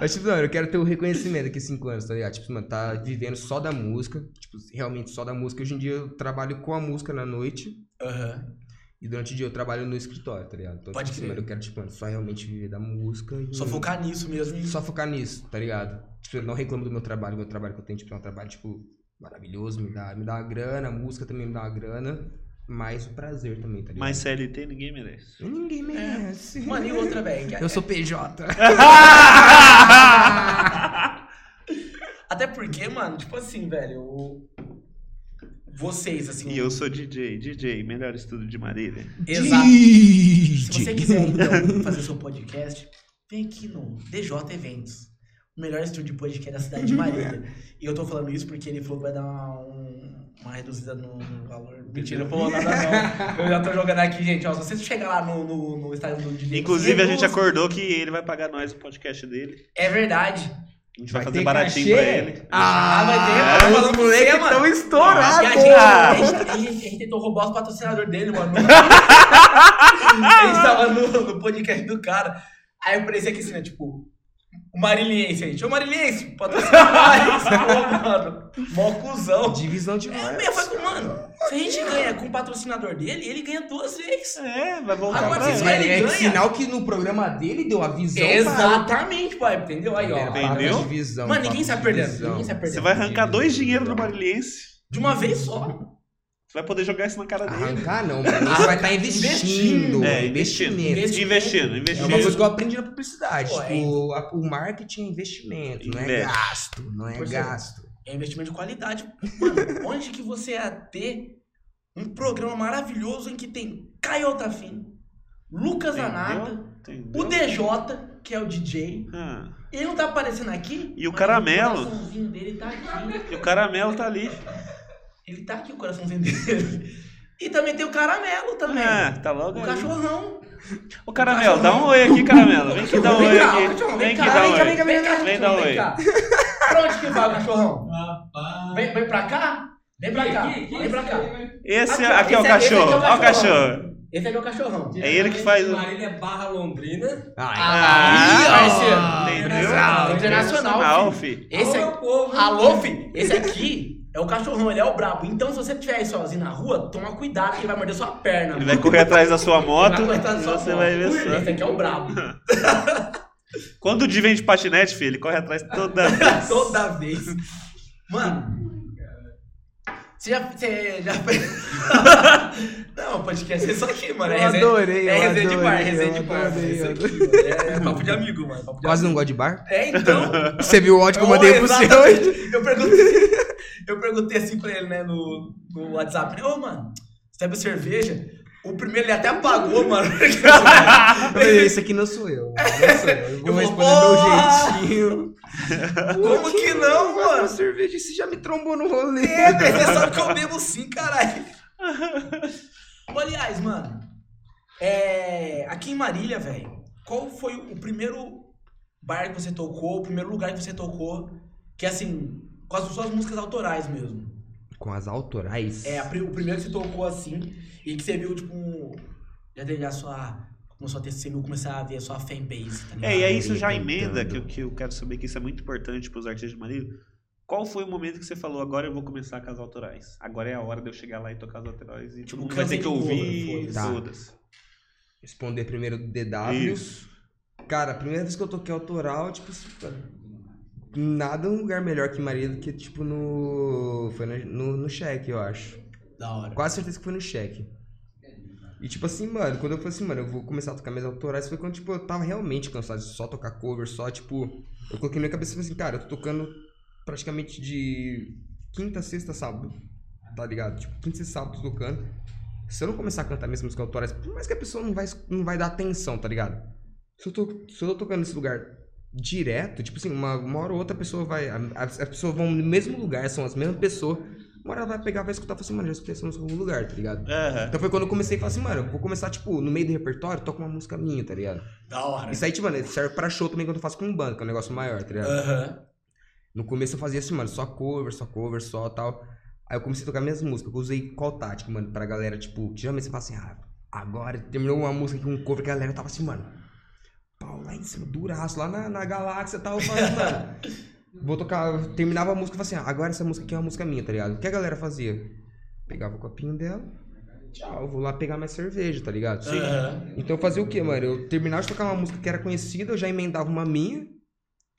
Mas, tipo, mano, eu quero ter o reconhecimento daqui a cinco anos, tá ligado? Tipo, mano, tá vivendo só da música. Tipo, realmente só da música. Hoje em dia eu trabalho com a música na noite. Aham. E durante o dia eu trabalho no escritório, tá ligado? Então, Pode tipo, crer. mano, eu quero, tipo, mano, só realmente viver da música e. Só focar nisso mesmo. e- só focar nisso, tá ligado? Tipo, eu não reclamo do meu trabalho, meu trabalho que eu tenho, tipo, é um trabalho, tipo, maravilhoso, me dá, me dá uma grana, a música também me dá uma grana, mas o prazer também, tá ligado? Mas CLT ninguém merece. Ninguém merece. É. Mano, e outra, velho? que- é Eu sou PJ. Até porque, mano, tipo assim, velho, o- vocês, assim. E eu sou DJ, DJ, melhor estudo de Marília. Exato. Se você você quiser, então, fazer seu podcast, vem aqui no DJ Eventos. O melhor estúdio de podcast da cidade de Marília. E eu tô falando isso porque ele falou que vai dar uma, um- uma reduzida no no valor. Mentira, eu vou nada não. Eu já tô jogando aqui, gente. Ó, se você chegar lá no, no, no Instagram do DJ. Inclusive, a gente é reduz. acordou que ele vai pagar nós o podcast dele. É verdade. A gente vai, Vai fazer ter baratinho cachê? pra ele. Ah, vai ter. Ah, Eu tô os falando pra você, moleques mano. Ah, estão E a estourados. gente, a, gente, a gente- a gente tentou roubar os patrocinadores dele, mano. a gente tava no, no podcast do cara. Aí eu parecia que assim, né? Tipo, o Mariliense, gente. Ô Mariliense, patrocina nós. Pô, mano. Mó cuzão. Ah, Divisão de É, voz. meu, foi com, mano. Se a gente ganha com o patrocinador dele, ele ganha duas vezes. É, vai voltar Agora pra vocês ele. vai, Mano, ele é que ganha. sinal que no programa dele deu a visão. Exatamente, pai. Entendeu? Aí, ó. Entendeu? Divisão, Mano, ninguém sai perdendo. Ninguém sai perdendo. Você vai arrancar dois dinheiro do barulho. Mariliense. De uma vez só. Você vai poder jogar isso na cara dele. Arrancar não, Ah, mano. Você vai tá estar investindo. É, investimento. Investimento. Investindo, É uma coisa investindo. que eu aprendi na publicidade. Pô, é. tipo, a- o marketing é investimento, não é Investe. gasto. Não é Pois é. gasto. É investimento de qualidade. Mano, onde que você ia ter um programa maravilhoso em que tem Caio Altafim, Lucas Entendeu? Anata, Entendeu? o DJ, que é o DJ. Ah, Ele não tá aparecendo aqui. E o mas caramelo? O coraçãozinho dele tá aqui. E o caramelo tá ali. Ele tá aqui, o coraçãozinho dele. E também tem o caramelo também. Ah, tá logo o ali. cachorrão. Ô, Caramelo, dá um oi aqui, Caramelo. Vem que dá um Vem oi cá, cachorrão, aqui. Vem que cá, dá um vem cá, vem cá, oi. vem cá, Vem cachorrão, dar oi. cá. Pra onde que vai o cachorrão? Rapaz. Vem, vem pra cá? Vem pra cá, vem pra cá. Esse Aqui, ó, aqui é o esse é- esse cachorro. aqui é Ó o o cachorro. cachorro. Esse aqui é o cachorrão. É ele que faz o- Marília barra Londrina. Ai, Aí, ó, Ah, parceiro. entendeu? Internacional, internacional, fi. Esse é Alô, aqui. meu povo. Alô, fi? Esse aqui é o cachorrão, ele é o brabo. Então, se você estiver aí sozinho na rua, toma cuidado que ele vai morder sua perna. Ele vai correr atrás da sua moto Ele vai cortar e sua você moto. vai ver Esse só. aqui é o brabo. Quando o Di vem de patinete, filho, ele corre atrás toda vez. Toda vez. Mano. Você já. Você já. Não, podcast é isso aqui, mano. É Eu resenha- adorei, É eu resenha de bar, é adorei, resenha eu de bar. mano, adorei, Isso eu aqui, mano. É é papo de amigo, mano. papo de quase não amigo. gosta de bar? um É, então. Você viu o ódio que eu mandei pro seu hoje? Exatamente. Eu perguntei, eu perguntei assim pra ele, né, no, no WhatsApp, né? Ô, mano, você bebe cerveja? O primeiro ele até apagou, mano. Eu falei, Esse aqui não sou eu. Não sou eu. Eu vou Eu vou- responder meu jeitinho. Como que não, Eu faço mano? cerveja e você já me trombou no rolê. É, velho, você sabe que eu bebo sim, caralho. Ô, Aliás, mano, é, aqui em Marília, velho, qual foi o primeiro bar que você tocou, o primeiro lugar que você tocou, que assim, com as suas músicas autorais mesmo? Com as autorais? É, a pri- o primeiro que você tocou assim, e que você viu, tipo, um- já teve a sua. Começou a ter, você viu começar a ver a sua fanbase, tá ligado? É, e aí isso já emenda, que, eu- que eu quero saber que isso é muito importante pros artistas de Marília. Qual foi o momento que você falou, agora eu vou começar com as autorais? Agora é a hora de eu chegar lá e tocar as autorais. E Tipo, todo mundo vai ter que cansei de ouvir cover, foda-se. todas. Responder primeiro DW. Isso. Cara, a primeira vez que eu toquei autoral, tipo, se- nada um lugar melhor que Maria do que, tipo, no. Foi no, no, no cheque, eu acho. Da hora. Quase certeza que foi no cheque. E tipo assim, mano, quando eu falei assim, mano, eu vou começar a tocar minhas autorais, foi quando, tipo, eu tava realmente cansado de só tocar cover, só, tipo. Eu coloquei na minha cabeça e falei assim, cara, eu tô tocando praticamente de quinta, sexta, sábado. Tá ligado? Tipo, quinta e sábado eu tô tocando. Se eu não começar a cantar minhas músicas autorais, por mais que a pessoa não vai, não vai dar atenção, tá ligado? Se eu tô, se eu tô tocando nesse lugar direto, tipo assim, uma, uma hora ou outra a pessoa vai. a- As as pessoas vão no mesmo lugar, são as mesmas pessoas. Uma hora ela vai pegar, vai escutar e falar assim, mano, já escutei essa música em algum lugar, tá ligado? Aham. Então foi quando eu comecei a falar assim, mano, eu vou começar, tipo, no meio do repertório, toca uma música minha, tá ligado? Da hora. Isso aí, tipo, mano, serve pra show também quando eu faço com um bando, que é um negócio maior, tá ligado? Aham. No começo eu fazia assim, mano, só cover, só cover, só tal. Aí eu comecei a tocar minhas músicas. Eu usei qual tática, mano, pra galera, tipo, que geralmente você fala assim, ah, agora terminou uma música com um cover que a galera tava assim, mano, pau lá em cima, duraço, lá na, na galáxia e tal. Eu falei, "Ah, mano, vou tocar, eu terminava a música e falava assim, ah, agora essa música aqui é uma música minha, tá ligado? O que a galera fazia? Pegava o copinho dela, tchau, eu vou lá pegar minha cerveja, tá ligado? Aham. Então eu fazia o quê, mano? Eu terminava de tocar uma música que era conhecida, eu já emendava uma minha.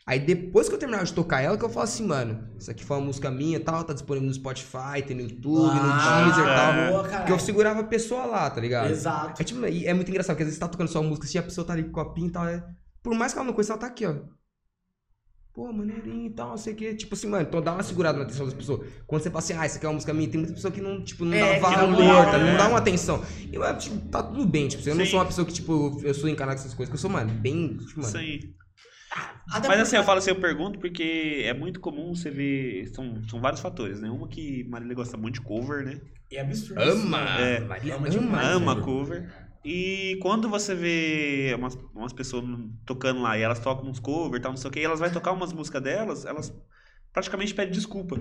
Aí depois que eu terminava de tocar ela, que eu falava assim, mano, isso aqui foi uma música minha e tal, tá disponível no Spotify, tem no YouTube, Ah, no Deezer e tal. boa, Porque eu caralho. segurava a pessoa lá, tá ligado? Exato. É, tipo, e é muito engraçado, porque às vezes você tá tocando só música assim, a pessoa tá ali com o copinho e tal. é- Por mais que ela não conheça, ela tá aqui, ó. Pô, maneirinho e tal, não sei o quê. Tipo assim, mano, então dá uma segurada na atenção das pessoas. Quando você fala assim, ah, isso aqui é uma música minha, tem muita pessoa que não, tipo, não É, dá que não valor, dá, tá? né? Não dá uma atenção. E, mano, tipo, tá tudo bem, tipo, eu não Sim. sou uma pessoa que, tipo, eu sou encanado com essas coisas, que eu sou, mano, bem, tipo, mano. Isso aí. Tá Até Mas porque- assim, eu falo assim, eu pergunto porque é muito comum você ver. São, são vários fatores, né? Uma que Marília gosta muito de cover, né? É absurdo. Ama! É. Maria Ama ama, demais, Ama né? velho. cover. E quando você vê umas, umas pessoas tocando lá e elas tocam uns covers e tal, não sei o que, e elas vão tocar umas músicas delas, elas praticamente pedem desculpa.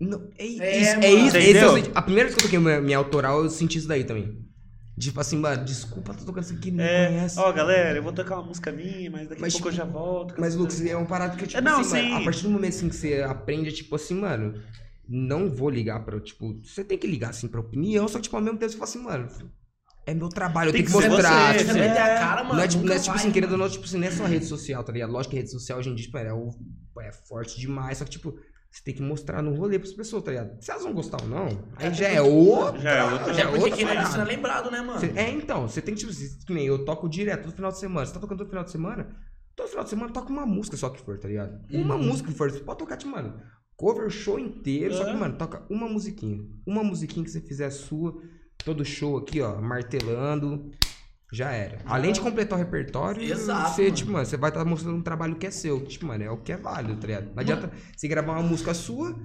Não, é, É, isso, mano. é isso. esse é o Entendeu? senti- a primeira vez que eu toquei minha, minha autoral, eu senti isso daí também. Tipo assim, mano, desculpa, tô tocando isso aqui, não É, conhece. Ó, galera, eu vou tocar uma música minha, mas daqui Mas, a pouco eu tipo, já volto. Mas, Lucas, é uma parada que, tipo, É, não, assim, mano, sim. a partir do momento assim, que você aprende, é tipo assim, mano, não vou ligar pra, tipo, você tem que ligar, assim, pra opinião, só que, tipo, ao mesmo tempo você fala assim, mano, é meu trabalho, eu Tem tenho que que ser mostrar. você, tipo, Você é. meter a cara, mano. não é, tipo, não é, nunca tipo vai, assim, mano. querendo ou não, tipo, assim, não é só rede social, tá ligado? Lógico que a rede social hoje em dia, tipo, é, o- é forte demais, só que, tipo, você tem que mostrar no rolê pras pessoas, tá ligado? Se elas vão gostar ou não, aí já é outra. Já é outra- Já é Porque outra quem não é parada. disso não é lembrado, né, mano? Cê- é, então, você tem que, tipo, se- que nem eu toco direto todo final de semana. Você tá tocando todo final de semana? Todo final de semana toca uma música só que for, tá ligado? Uma Hum. música que for. Você pode tocar, tipo, mano, cover show inteiro, só que, É. mano, toca uma musiquinha. Uma musiquinha que você fizer sua, todo show aqui, ó, martelando. Já era. Além de completar o repertório, Exato, você, mano. tipo, mano, você vai estar mostrando um trabalho que é seu. Tipo, mano, é o que é válido, tá Hum. ligado? Não adianta você gravar uma música sua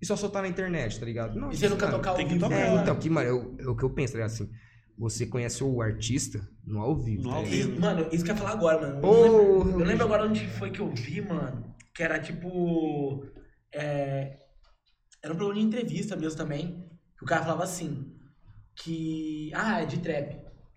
e só soltar na internet, tá ligado? Não, E você nunca mano, tocar tem o que vivo, tocar, né, É, mano? então, que, mano, eu- é o que eu penso, tá ligado? Assim, você conhece o artista no ao vivo. No tá ao ligado? E, mano, isso que eu ia falar agora, mano. Eu Porra, lembro- eu bicho. lembro agora onde foi que eu vi, mano, que era tipo. é, era um programa de entrevista mesmo também. Que o cara falava assim. Que. Ah, é de trap.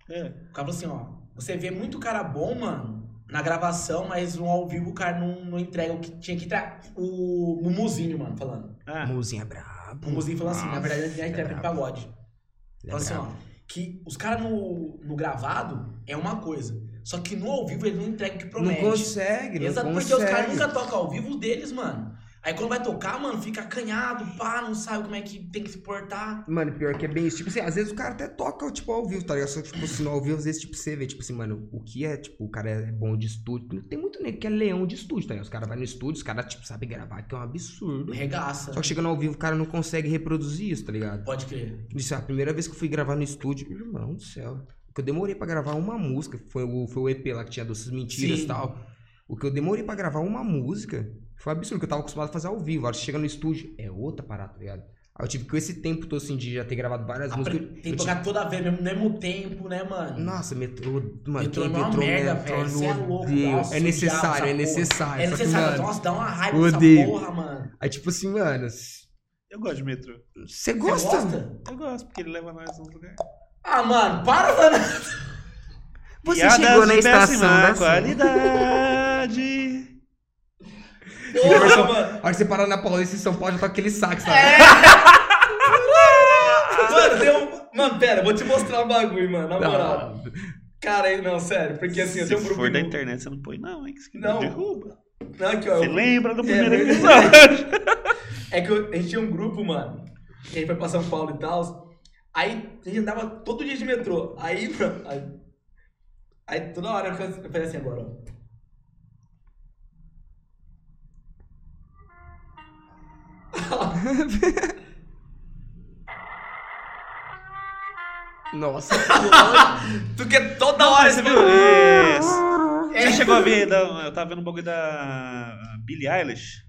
É. O cara falou assim, ó. Você vê muito cara bom, mano, na gravação, mas no ao vivo o cara não, não entrega o que tinha que entregar. O Mumuzinho, mano, falando. Ah, Muzinha é brabo. O Mumuzinho falando assim, na Nossa, verdade, ele é trap de brabo. pagode. ele é Então, assim, brabo. ó, que os caras no, no gravado é uma coisa. Só que no ao vivo ele não entrega o que Não promete. consegue, não Exato, consegue. porque os caras nunca tocam ao vivo os deles, mano. Aí quando vai tocar, mano, fica acanhado, pá, não sabe como é que tem que se portar. Mano, pior que é bem isso. Tipo assim, às vezes o cara até toca, tipo, ao vivo, tá ligado? Só que, tipo, se não ao vivo, às vezes, tipo, você vê, tipo assim, mano, o que é, tipo, o cara é bom de estúdio. Tem muito nego que é leão de estúdio, tá ligado? Os caras vai no estúdio, os caras, tipo, sabem gravar, que é um absurdo. Regaça. Só que chegando ao vivo, o cara não consegue reproduzir isso, tá ligado? Pode crer. Isso é a primeira vez que eu fui gravar no estúdio. Irmão do céu. Que eu demorei pra gravar uma música. Foi o, foi o EP lá que tinha doces mentiras e Sim. tal. O que eu demorei pra gravar uma música foi um absurdo, que eu tava acostumado a fazer ao vivo. Agora você chega no estúdio, é outra parada, tá ligado? Aí eu tive que esse tempo todo assim de já ter gravado várias Apre- músicas. Ah, Tem que eu tocar toda vez, mesmo, mesmo tempo, né, mano? Nossa, metrô. Mano, Metrô quem é uma metrô, merda, metrô, velho, meu cê é louco, Deus. nossa, é necessário, odiava é essa necessário. é só que, necessário, mano, nossa, dá uma raiva eu essa odeio. porra, mano. Aí tipo assim, mano, eu gosto de metrô. você Você gosta? gosta? Eu gosto, porque ele leva nós nos lugares. Ah, mano, para, mano. Você Piadas chegou na de estação né, né? péssima da qualidade. Porra, mano. A hora que você parar na Paulista em São Paulo, já tá com aquele sax, sabe? Mano, tem um. Mano, pera, eu vou te mostrar um bagulho, mano. Na Não, moral. Cara, aí, não, sério. Porque assim, eu Se tenho um grupo. for da no- internet, você não põe, não, hein? Que isso aqui Não. derruba. Não, aqui, ó. Você eu- lembra do É, primeiro verdade. episódio? É que eu- a gente tinha um grupo, mano. que A gente foi pra São Paulo e tal. Aí a gente andava todo dia de metrô. Aí, mano. Aí, aí toda hora eu fazia- eu fazia assim agora, ó. Nossa. Tu quer toda hora Ah, esse você bagulho. viu? É, É. Você chegou a ver, da- eu tava vendo um bagulho da Billie Eilish,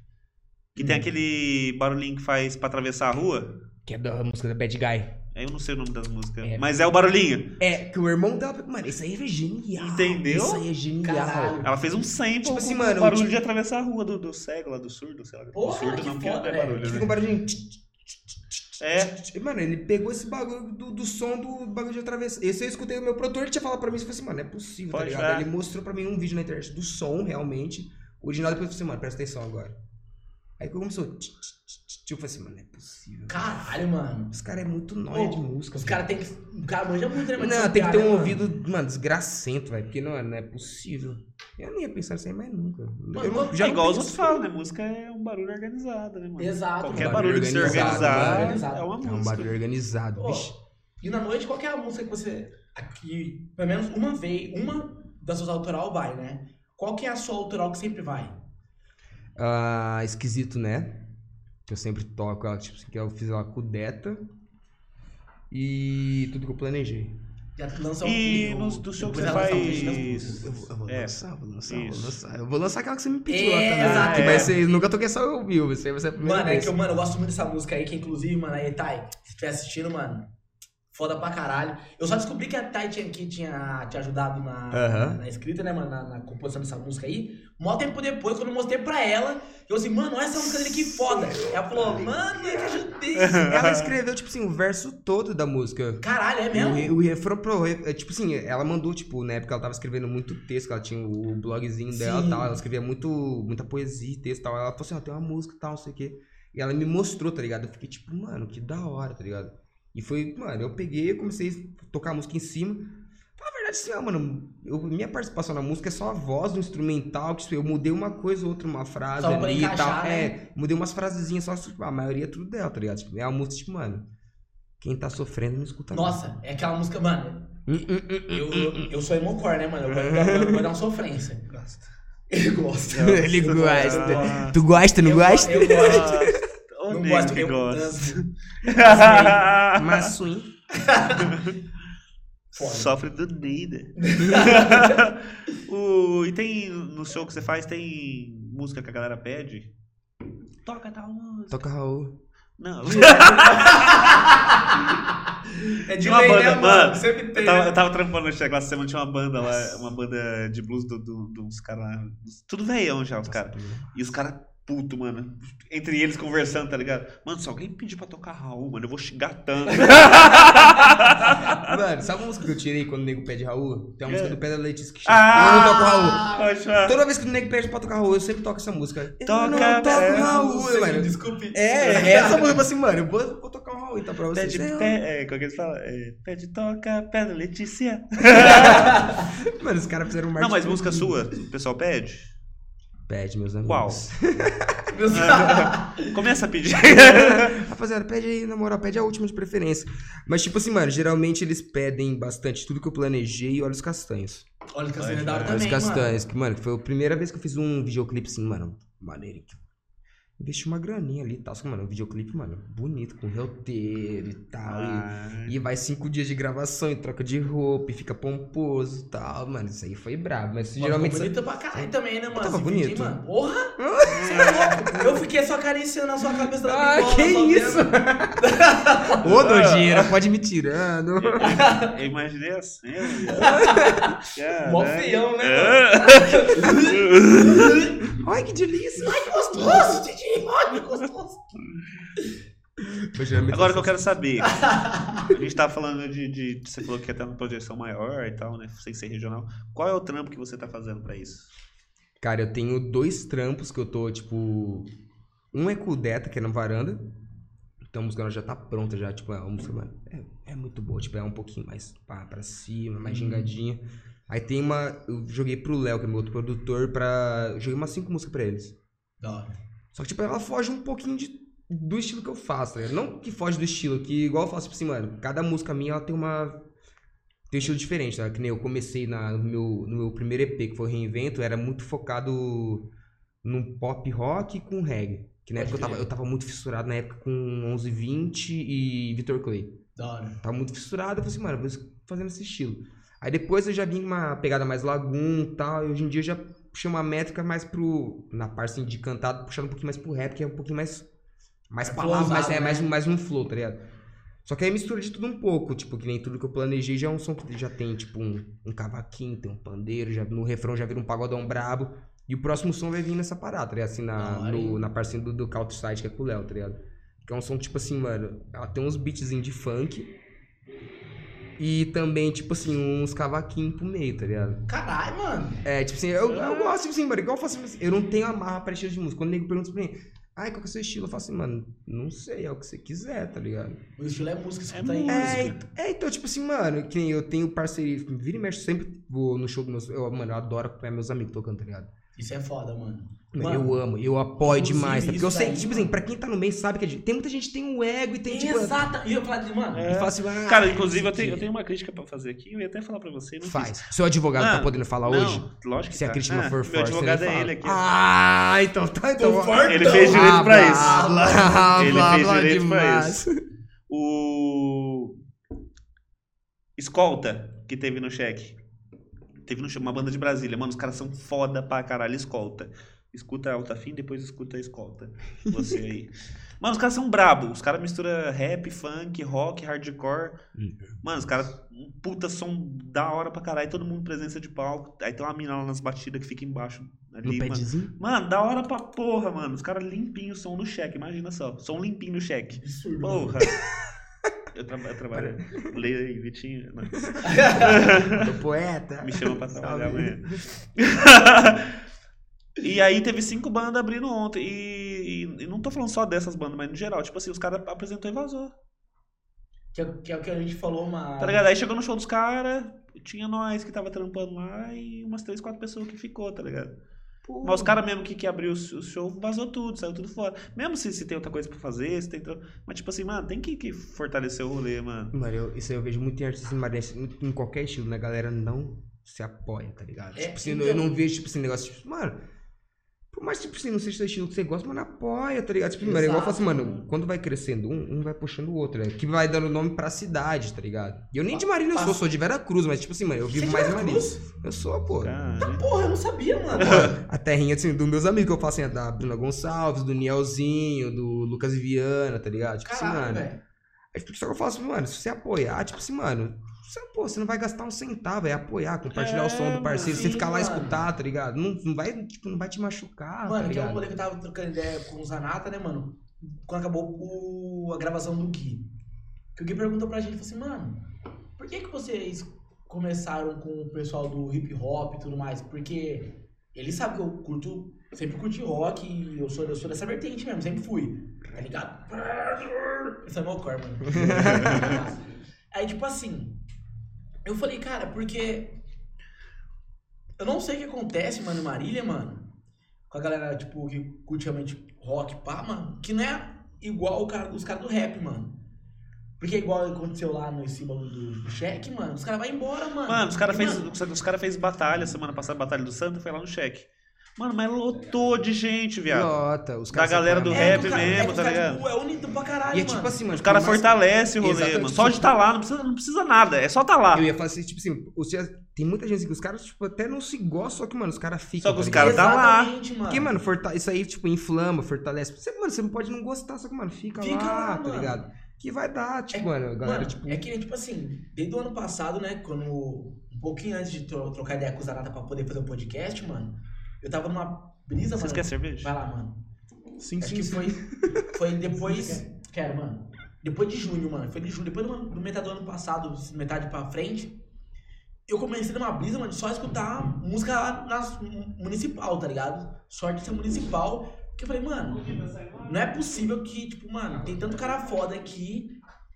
que tem aquele barulhinho que faz pra atravessar a rua. Que é da música da Bad Guy. Eu não sei o nome das músicas, É. mas é o barulhinho. É, que o irmão dela. Mano, isso aí é genial. Entendeu? Isso aí é genial. Caralho. Ela fez um sample Tipo assim, com mano, o barulho tipo- de atravessar a rua do, do cego lá, do surdo, sei lá. do Porra, surdo que não, porque foda, é velho. Que barulho, fica um né? barulhinho. É, Mano, ele pegou esse bagulho do, do som do bagulho de atravessar. Esse eu escutei o meu produtor, ele tinha falado pra mim, eu falei assim, mano, não é possível, tá Pode ligado? dar. Ele mostrou pra mim um vídeo na internet do som, realmente. O original, depois eu falei assim, mano, presta atenção agora. Aí começou. tch, tch, tch, tch, Eu falei assim, mano, não é possível. Caralho, mano. Os caras é muito nóia Ô, de música. Os velho. caras tem que. O cara manja muito, né, mano? Não, Essa tem que ter piada, um mano. ouvido, mano, desgracento, velho. Porque não, não é possível. Eu não ia pensar nisso aí mais nunca. eu não, é igual os penso. outros falam, né? Música é um barulho organizado, né, mano? Exato, Qualquer mano. barulho que você Organizado, organizar organizado. é uma É um música. barulho organizado, assim? Ó, bicho. E na noite, qual que é a música que você. Aqui, pelo menos uma vez, uma das suas autoral vai, né? Qual que é a sua autoral que sempre vai? Ah, esquisito, né? Que eu sempre toco ela, tipo assim, que eu fiz ela com o Deta. E tudo que eu planejei. Já lança um E clipe, nos- o- do show que depois você ela lança um clipe das faz. músicas. vou É. vou Isso. Eu vou lançar aquela que você me É, também. exato. Que vai ser, nunca toquei só eu ouvi, você vai ser a primeira Mano, é vez. que eu, mano, eu gosto muito dessa música aí, que inclusive, mano, aí, Thay, se estiver assistindo, mano, foda pra caralho. Eu só descobri que a Thay tinha, que tinha te ajudado na, Aham. na escrita, né, mano, na, na composição dessa música aí. Mó tempo depois, quando eu mostrei pra ela, eu assim, mano, olha essa música dele que foda. Ela falou, mano, eu te ajudei. Ela escreveu, tipo assim, o verso todo da música. Caralho, é E O, mesmo? re- o refrão pro. re- é, Tipo assim, ela mandou, tipo, na época ela tava escrevendo muito texto, ela tinha o blogzinho dela Sim. e tal, ela escrevia muito, muita poesia e texto e tal. Ela falou assim, ó, tem uma música e tal, não sei o quê. E ela me mostrou, tá ligado? Eu fiquei tipo, mano, que da hora, tá ligado? E foi, mano, eu peguei, eu comecei a tocar a música em cima. Fala a verdade, assim, ó, mano, eu- minha participação na música é só a voz do instrumental, que tipo, eu mudei uma coisa ou outra, uma frase Só pra ali e tal. encaixar, né? É, mudei umas frasezinhas, só tipo, a maioria é tudo dela, tá ligado? Tipo, é uma música, tipo, mano, quem tá sofrendo não escuta nada. Nossa, é aquela música, mano, Hum, hum, hum. eu, eu, eu sou emocore, né, mano? Eu vou, eu vou- eu vou dar uma sofrência. Ele gosta. Ele gosta. Tu gosta, não Eu- gosta? Eu gosto. Não Não gosto, gosto, Um que eu gosta. danço. Mas swing. Foda. Sofre do nada. O- e tem, no show que você faz, tem música que a galera pede? Toca tal música. Toca Raul. Não. É de Tinha uma lei, banda, né, mano? Sempre tem. Eu tava, né? eu tava trampando no Cheque lá essa semana, tinha uma banda lá, uma banda de blues de do, do, de uns caras lá. Tudo veião já, os caras. E os caras puto, mano. Entre eles conversando, tá ligado? Mano, se alguém pedir pra tocar Raul, mano, eu vou xingar tanto. Mano, sabe uma música que eu tirei quando o nego pede Raul? Tem uma música do Pedra Letícia que chama Eu não toco Raul. ah, poxa. Toda vez que o nego pede pra tocar Raul, eu sempre toco essa música. Eu Toca, não toco é, Raul, Você me mano. Desculpe. É, é essa música, eu falei assim, mano, eu vou, vou tocar um Raul então pra vocês. Pede, Sei lá. pe, é, como é que eles falam? É, pede, toca, pedra, Letícia. Mano, os caras fizeram um Não, mas marketing música pra mim. sua, o pessoal pede? Pede, meus amigos. Qual? Meu Começa a pedir. Rapaziada, pede aí, na moral, pede a última de preferência. Mas, tipo assim, mano, geralmente eles pedem bastante tudo que eu planejei e olha os castanhos. Olha que Olha, é da hora olha Olha os também, mano. castanhos, que, mano, que foi a primeira vez que eu fiz um videoclipe assim, mano, maneiro. que- Investi uma graninha ali e tal, só que, mano, um videoclipe, mano, bonito, com roteiro e tal. e- E vai cinco dias de gravação e troca de roupa e fica pomposo e tal, mano. Isso aí foi brabo, mas isso geralmente. Ficou bonita pra caralho também, né, mano? Tava Esse vídeo, bonito. hein, mano? Porra! Você é louco? Eu fiquei só acariciando a sua cabeça da Ah, bigola, que só isso? vendo. Ô, nojeira, pode me tirando. Eu imaginei assim, a cena. Mó feião, né, mano? Ai, que delícia. Ai, que gostoso, Didi! Ai, que gostoso! Mas geralmente- Agora que eu quero saber. A gente tava falando de, de- Você falou que ia ter uma projeção maior e tal, né? Sem ser regional. Qual é o trampo que você tá fazendo pra isso? Cara, eu tenho dois trampos que eu tô, tipo. Um é com o Deta, que é na varanda. Então a música ela já tá pronta, já, tipo, é uma música, mano. É, é muito boa, tipo, é um pouquinho mais pá, pra cima, Uhum. mais gingadinha. Aí tem uma. Eu joguei pro Léo, que é meu outro produtor, pra. Eu joguei umas cinco músicas pra eles. Da hora. Só que, tipo, ela foge um pouquinho de- do estilo que eu faço, tá ligado? Não que foge do estilo, que igual eu faço, tipo assim, mano, cada música minha, ela tem uma... Tem um estilo diferente, tá? Que nem eu comecei na, no, meu, no meu primeiro EP, que foi o Reinvento, era muito focado num pop rock com reggae. Que na Pode época eu tava, crer. eu tava muito fissurado, na época com 1120 e Vitor Clay. Da hora. Tava muito fissurado, eu falei assim, mano, eu vou fazendo esse estilo. Aí depois eu já vim com uma pegada mais lagoon e tal, e hoje em dia eu já puxei uma métrica mais pro. Na parte assim, de cantado, puxando um pouquinho mais pro rap, que é um pouquinho mais. Mais É palavras, flowzado, mais, né? é, mais, um- mais um flow, tá ligado? Só que aí mistura de tudo um pouco, tipo, que nem tudo que eu planejei já é um som que já tem, tipo, um, um cavaquinho, tem um pandeiro, já, no refrão já vira um pagodão brabo. E o próximo som vai vir nessa parada, tá ligado? Assim, Da na, hora, no- hein? na parte assim, do, do Couch Side, que é com o Léo, tá ligado? Que é um som, tipo assim, mano, ela tem uns beatzinhos de funk. E também, tipo assim, uns cavaquinhos pro meio, tá ligado? Caralho, mano. É, tipo assim, eu, Ah. eu gosto, tipo assim, mano, igual eu faço, tipo assim, eu não tenho amarra pra estilo de música. Quando o nego pergunta pra mim, ai, qual que é o seu estilo? Eu falo assim, mano, não sei, é o que você quiser, tá ligado? O estilo é música, É escuta aí. música. É, ent- é, então, tipo assim, mano, que nem eu tenho parceria, vira e mexe, sempre vou no show dos meus, eu, mano, eu adoro acompanhar meus amigos tocando, tá ligado? Isso é foda, mano. Mano, Mano, eu amo, eu apoio inclusive demais, tá? Porque eu isso sei, daí, tipo assim, pra quem tá no meio sabe que é de- tem muita gente que tem um ego e tem, tipo, Exata. E eu falei, mano, É. e fala assim, ah, Cara, inclusive, eu tenho, eu entendi. tenho uma crítica pra fazer aqui. Eu ia até falar pra você. Não Faz. Seu advogado tá Ah, podendo falar Não, hoje? lógico que Se a tá. Cristina Ah, for Meu forte, advogado é ele é fala. ele aqui. Ah, então tá, então. Tô forte. Ele fez direito pra isso. Blá, Ele blá, fez blá direito pra demais. O. Escolta, que teve no cheque. Teve no cheque, uma banda de Brasília. Mano, os caras são foda pra caralho. Escolta. Escuta Alta Fim, depois escuta a Escolta. Você aí. Mano, os caras são brabo. Os caras misturam rap, funk, rock, hardcore. Uhum. Mano, os caras. Um puta som da hora pra caralho. Todo mundo presença de palco. Aí tem uma mina lá nas batidas que fica embaixo. Ali, No mano. padzinho? Mano, da hora pra porra, mano. Os caras limpinho o som no cheque, imagina só. Som limpinho no cheque. absurdo. mano. Porra. eu, traba- eu trabalho. Leia aí, Vitinho. Não. Do poeta. Tá Me chama pra trabalhar Salve. amanhã. e aí teve cinco bandas abrindo ontem. E, e- e não tô falando só dessas bandas, mas no geral. Tipo assim, os caras apresentou e vazou. Que, é- que é o que a gente falou, mano. Tá ligado? Aí chegou no show dos caras, tinha nós que tava trampando lá e umas três, quatro pessoas que ficou, tá ligado? Pô. Mas os caras mesmo que, que abriu o s- o show, vazou tudo, saiu tudo fora. Mesmo se, se tem outra coisa pra fazer, se tem. tra- Mas tipo assim, mano, tem que, que fortalecer o rolê, mano. Mano, eu- isso aí eu vejo muito em artista maranhense, em- em qualquer estilo, né? A galera não se apoia, tá ligado? É, tipo assim, então- eu não vejo, tipo, esse negócio, tipo, mano. Por mais que tipo, assim, não seja o estilo que você gosta, mano, apoia, tá ligado? Tipo, mano, é igual eu falo assim, mano, quando vai crescendo um, um vai puxando o outro, né? Que vai dando nome pra cidade, tá ligado? E eu nem de Marília eu sou, sou de Vera Cruz, mas tipo assim, mano, eu é vivo mais em Marília. Eu sou, pô. Caralho. Porra, eu não sabia, mano. A terrinha, assim, dos meus amigos que eu falo assim, é da Bruna Gonçalves, do Nielzinho, do Lucas Viana, tá ligado? Tipo assim, mano. Caralho, velho. É tipo, só que eu falo assim, mano, se você apoiar, tipo assim, mano, você, pô, você não vai gastar um centavo, é apoiar, compartilhar É, o som do parceiro, sim, você ficar lá e mano. escutar, tá ligado? Não, não vai, tipo, não vai te mano, machucar, tá tem um ligado? moleque que tava trocando ideia com o Zanata, né, mano? Quando acabou o- a gravação do Gui. Que o Gui perguntou pra gente, falou assim, mano, por que que vocês começaram com o pessoal do hip hop e tudo mais? Porque ele sabe que eu curto, sempre curti rock e eu sou, eu sou dessa vertente mesmo, sempre fui. Tá ligado? Esse é meu core, mano. Aí, tipo assim, eu falei, cara, porque eu não sei o que acontece, mano, em Marília, mano. Com a galera, tipo, que curte realmente rock, pá, mano. Que não é igual o cara, os caras do rap, mano. Porque é igual aconteceu lá no esse bagulho do, do cheque, mano. Os caras vão embora, mano. Mano, os caras E, fez, mano, os cara fez batalha semana passada, batalha do Santa, foi lá no cheque. Mano, mas lotou de gente, viado. Lota, os Da caras se galera apoiam do mais. rap que o é cara- mesmo, que os tá caras, ligado? Tipo, é unido pra caralho, E é mano. tipo assim, mano, Os caras por mais- fortalecem o rolê, Exatamente, mano. Só de estar lá, não precisa, não precisa nada. É só estar lá. Eu ia falar assim, tipo assim, os caras- tem muita gente assim que os caras, tipo, até não se gostam, só que, mano, os caras ficam. Só que os tá caras ligado? tá lá. Exatamente, mano. Porque, mano, forta- isso aí, tipo, inflama, fortalece. Você, mano, você não pode não gostar, só que, mano, fica, Fica lá, lá, tá mano. ligado? Que vai dar, tipo, mano, a galera, Mano, tipo. É que, tipo assim, desde o ano passado, né? Quando. Um pouquinho antes de tro- trocar ideia com o Zanata pra poder fazer o podcast, mano. Eu tava numa brisa, Vocês mano. querem cerveja? Vai lá, mano. Sim, Acho É que foi. Foi depois. Quero, mano. Depois de junho, mano. Foi de junho. Depois do, ano- do metade do ano passado, metade pra frente. Eu comecei numa brisa, mano, de só escutar música lá nas municipal, tá ligado? Sorte de ser municipal. Porque eu falei, mano, não é possível que, tipo, mano, tem tanto cara foda aqui.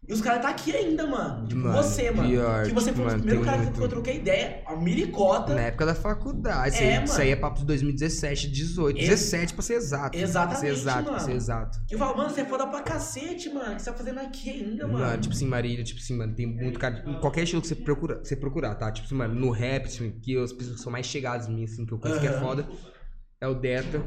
E os caras tá aqui ainda, mano. Tipo, Mano, você, mano. pior, tipo, que você foi mano, o primeiro tem cara que muito. Né? eu troquei ideia. A miricota. Na época da faculdade. Isso, É, aí, isso mano. aí é papo de 2017, 18, Ex- 17 pra ser exato. Pra Exatamente, ser exato, pra mano. ser exato. E eu falo, mano, você é foda pra cacete, mano. O que você tá fazendo aqui ainda, mano? Mano, tipo assim, Marília, tipo assim, mano, tem muito cara. em Qualquer estilo que você, procura, que você procurar, tá? Tipo assim, mano, no rap, tipo, que as pessoas que são mais chegadas em mim, assim, que eu conheço que é Aham. foda. É o Deta,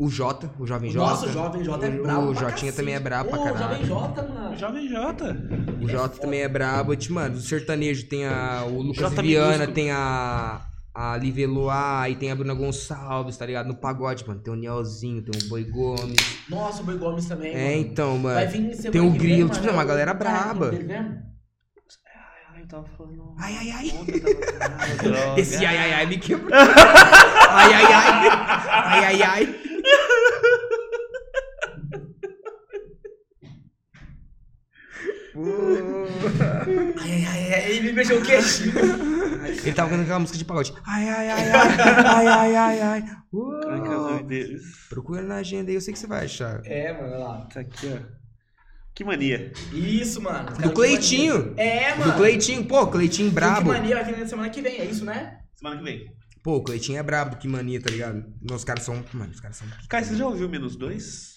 o Jota, o Jovem O Jota. nosso Jovem Jota é o- brabo O pra Jotinha cacete. também é brabo pra Ô, Jovem caralho. Jota, mano. Jovem Jota. O Jota também é brabo. E, tipo, mano, do sertanejo tem a, o Lucas é Jota Viana, minúsculo. tem a. A Liveloa, e tem a Bruna Gonçalves, tá ligado? No pagode, mano. Tem o Nielzinho, tem o Boi Gomes. Nossa, o Boi Gomes também, mano. É, então, Vai mano. vir semana tem o que Grilo, mano, tipo, é uma o galera cara, o nome braba. dele mesmo? Ai, eu tava falando. um Ai, ai, ai. Droga. Esse ai, ai, ai me quebrou. ai, ai, ai. Ai, ai, ai. Pô. Ai, ai, ai, ai, é, ele me mexeu o queixinho. Ele tava cantando aquela música de pagode. Ai, ai, ai, ai. Ai, ai, ai, ai. Uou. Como é que é o nome deles? Procura na agenda aí, eu sei que você vai achar. É, mano, olha lá. Tá aqui, ó. Que mania. Isso, mano. Do Cleitinho. É, mano. Do Cleitinho, pô, Cleitinho brabo. Que mania vai vir na semana que vem, é isso, né? Semana que vem. Pô, o Cleitinho é brabo, do que mania, tá ligado? Não, Os caras são. Mano, os caras são. Cara, você já ouviu Menos Dois?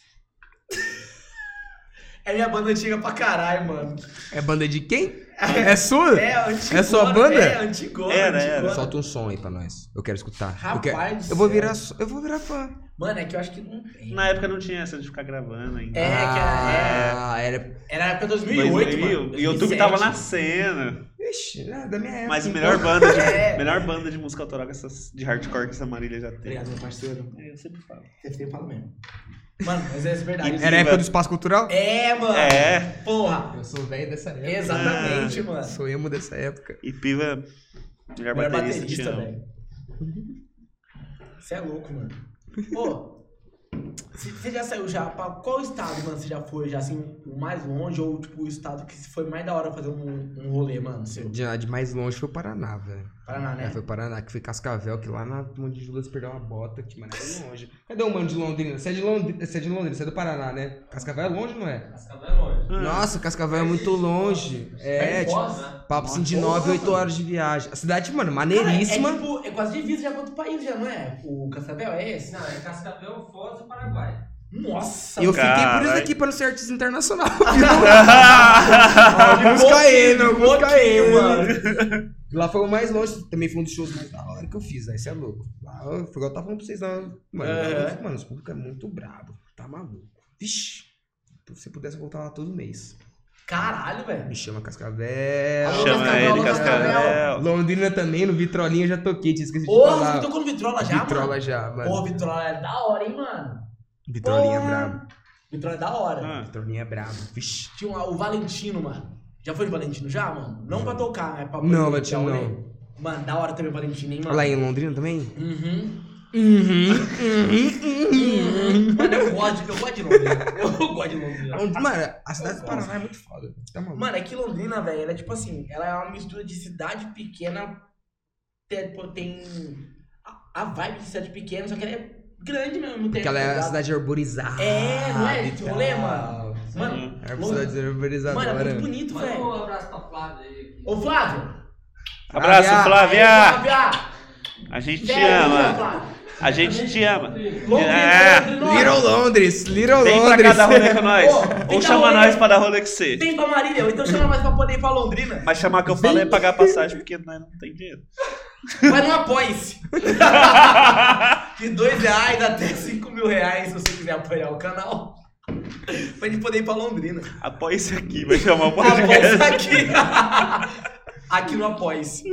É minha banda antiga pra caralho, mano. É banda de quem? É sua? É, antigona. É sua banda? É, antigona. Era, antigona. era. Solta um som aí pra nós. Eu quero escutar. eu, quero- Rapaz do eu vou céu. virar so- eu vou virar fã. Mano, é que eu acho que não tem. Na época não tinha essa de ficar gravando ainda. É, que era- Ah, era. Era na época de 2008, mano. E o YouTube tava 2007. nascendo. Ixi, né, da minha época. Mas a então. melhor banda de, É. melhor banda de música autoral que essas- de hardcore que essa Marília já tá teve. Obrigado, meu parceiro. É, eu sempre falo. Você tem falo mesmo. Mano, mas é verdade. Era a época do espaço cultural? É, mano. É. Porra. Eu sou velho dessa época. É. Exatamente, mano. Sou emo dessa época. E Piva, melhor, Melhor baterista, te é baterista, amo. velho. Você é louco, mano. Pô, você já saiu já pra qual estado, mano, você já foi? Já assim, o mais longe ou tipo o estado que foi mais da hora fazer um, um rolê, mano, seu? De, de mais longe foi o Paraná, velho. Paraná, É, né? foi Paraná, que foi Cascavel, que lá na Mão de Judas perdeu uma bota, que mano, é longe. Cadê o mano de Londrina? Você é de Londrina, você é, de Londrina, você é do Paraná, né? Cascavel é longe, não é? Cascavel é longe. Ah. Nossa, Cascavel é muito longe. É, Aí, tipo, Foz, né? papo assim de 9, 8 horas de viagem. A cidade, mano, Cara, é, maneiríssima. tipo, é quase divisa já com outro país, já, não é? O Cascavel é esse? Não, é Cascavel, Foz e Paraguai. Nossa, E eu fiquei por isso Caralho. aqui pra não ser artista internacional. Ah! Alguns caíram, alguns caíram. mano. Lá foi o mais longe, também foi um dos shows mais da hora que eu fiz, aí você é louco. Lá, eu- foi igual eu tava falando pra vocês, lá, mano, É. mano, esse público é muito brabo, tá maluco. Vixe, se eu pudesse voltar lá todo mês. Caralho, velho. Me chama Cascavel. Alô, Chama Cascavel, ele, Cascavel. Londrina também, no Vitrolinha eu já toquei, tinha esquecido de Porra, falar. você tocou no Vitrola já, mano? Vitrola já, mano. Porra, Vitrola é da hora, hein, mano? Vitrolinha porra. brabo. Vitrola é da hora. Ah, Vitrolinha é brabo, vixe. Tinha um- o Valentino, mano. Já foi no Valentino já, mano? Não pra tocar, né? Pra Não, pra- Valentino, pra- não. Mano, da hora também o Valentino, hein, mano? Lá em Londrina também? Uhum. Uhum, uhum, uhum. Mano, eu gosto, de- eu gosto de Londrina. Eu gosto de Londrina. Mano, a cidade do Paraná é muito foda. Tá maluco. Mano, é que Londrina, velho, ela é tipo assim, ela é uma mistura de cidade pequena, tem, pô, tem a, a vibe de cidade pequena, só que ela é grande mesmo. tá Porque ela é a cidade arborizada. É, não é? e Esse tal. rolê, mano? Mano, É uma Londrina- cidade arborizadora. mano, é muito bonito, Manda um velho. abraço pra Flávia aí. Ô, Flávio! Abraço, Ah. Flávia! Flávia! A gente te Velho, ama. Flávia! A gente te ama. Londrina, né? É. Londrina, Little Londres, Little Vem pra cá Londres. dar rolê com nós. Ô, vem Ou dar chama rolê. nós pra dar rolê com você. Tem pra Marília, ou então chama mais pra poder ir pra Londrina. Mas chamar que eu falo é pagar passagem, porque nós não tem dinheiro. Mas não apoie-se. De dois reais até cinco mil reais, se você quiser apoiar o canal. pra gente poder ir pra Londrina. Apoia isso aqui, vai chamar o podcast. Apoia-se aqui. aqui no apoie-se.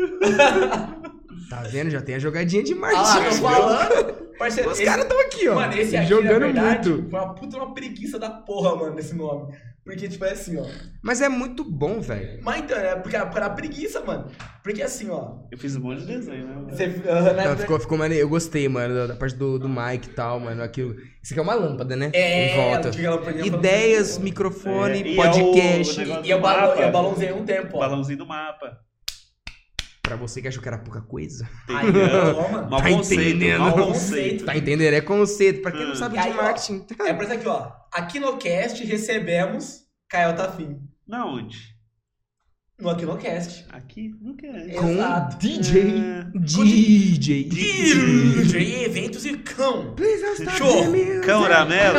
Tá vendo? Já tem a jogadinha de Olha lá, tô marketing. falando. Parceiro, Os esse- caras estão aqui, ó. Mano, esse aqui, jogando na verdade, muito. foi uma puta uma preguiça da porra, mano, esse nome. Porque, tipo, é assim, ó. Mas é muito bom, velho. Mas então, é porque era preguiça, mano. Porque assim, ó. Eu fiz um monte de desenho, né? Você, ah, né, Não, Tá, ficou, ficou maneiro. Eu gostei, mano, da- da parte do, do Mike e tal, mano. Aquilo. Isso aqui é uma lâmpada, né? É, em volta. aquela lâmpadinha Ideias, falando- microfone, É, e é o- podcast. o negócio- assim, E é eu, balo, Mapa. eu balãozei um tempo, ó. Balãozinho do mapa. Pra você que achou que era pouca coisa. Aí, Entendeu? toma. Mal Tá conceito, entendendo? mal Mal conceito. Tá entendendo? É conceito. Pra quem Ah. não sabe E aí, de ó, marketing. tá É por isso aqui, ó. Aqui no Cast recebemos Caio Tafim. Na onde? No Aqui no Cast. Aqui? Nunca é. É. Exato. Com DJ. Ah. DJ. DJ Eventos e Cão. Please don't stop Show. the music. Cãoramelo?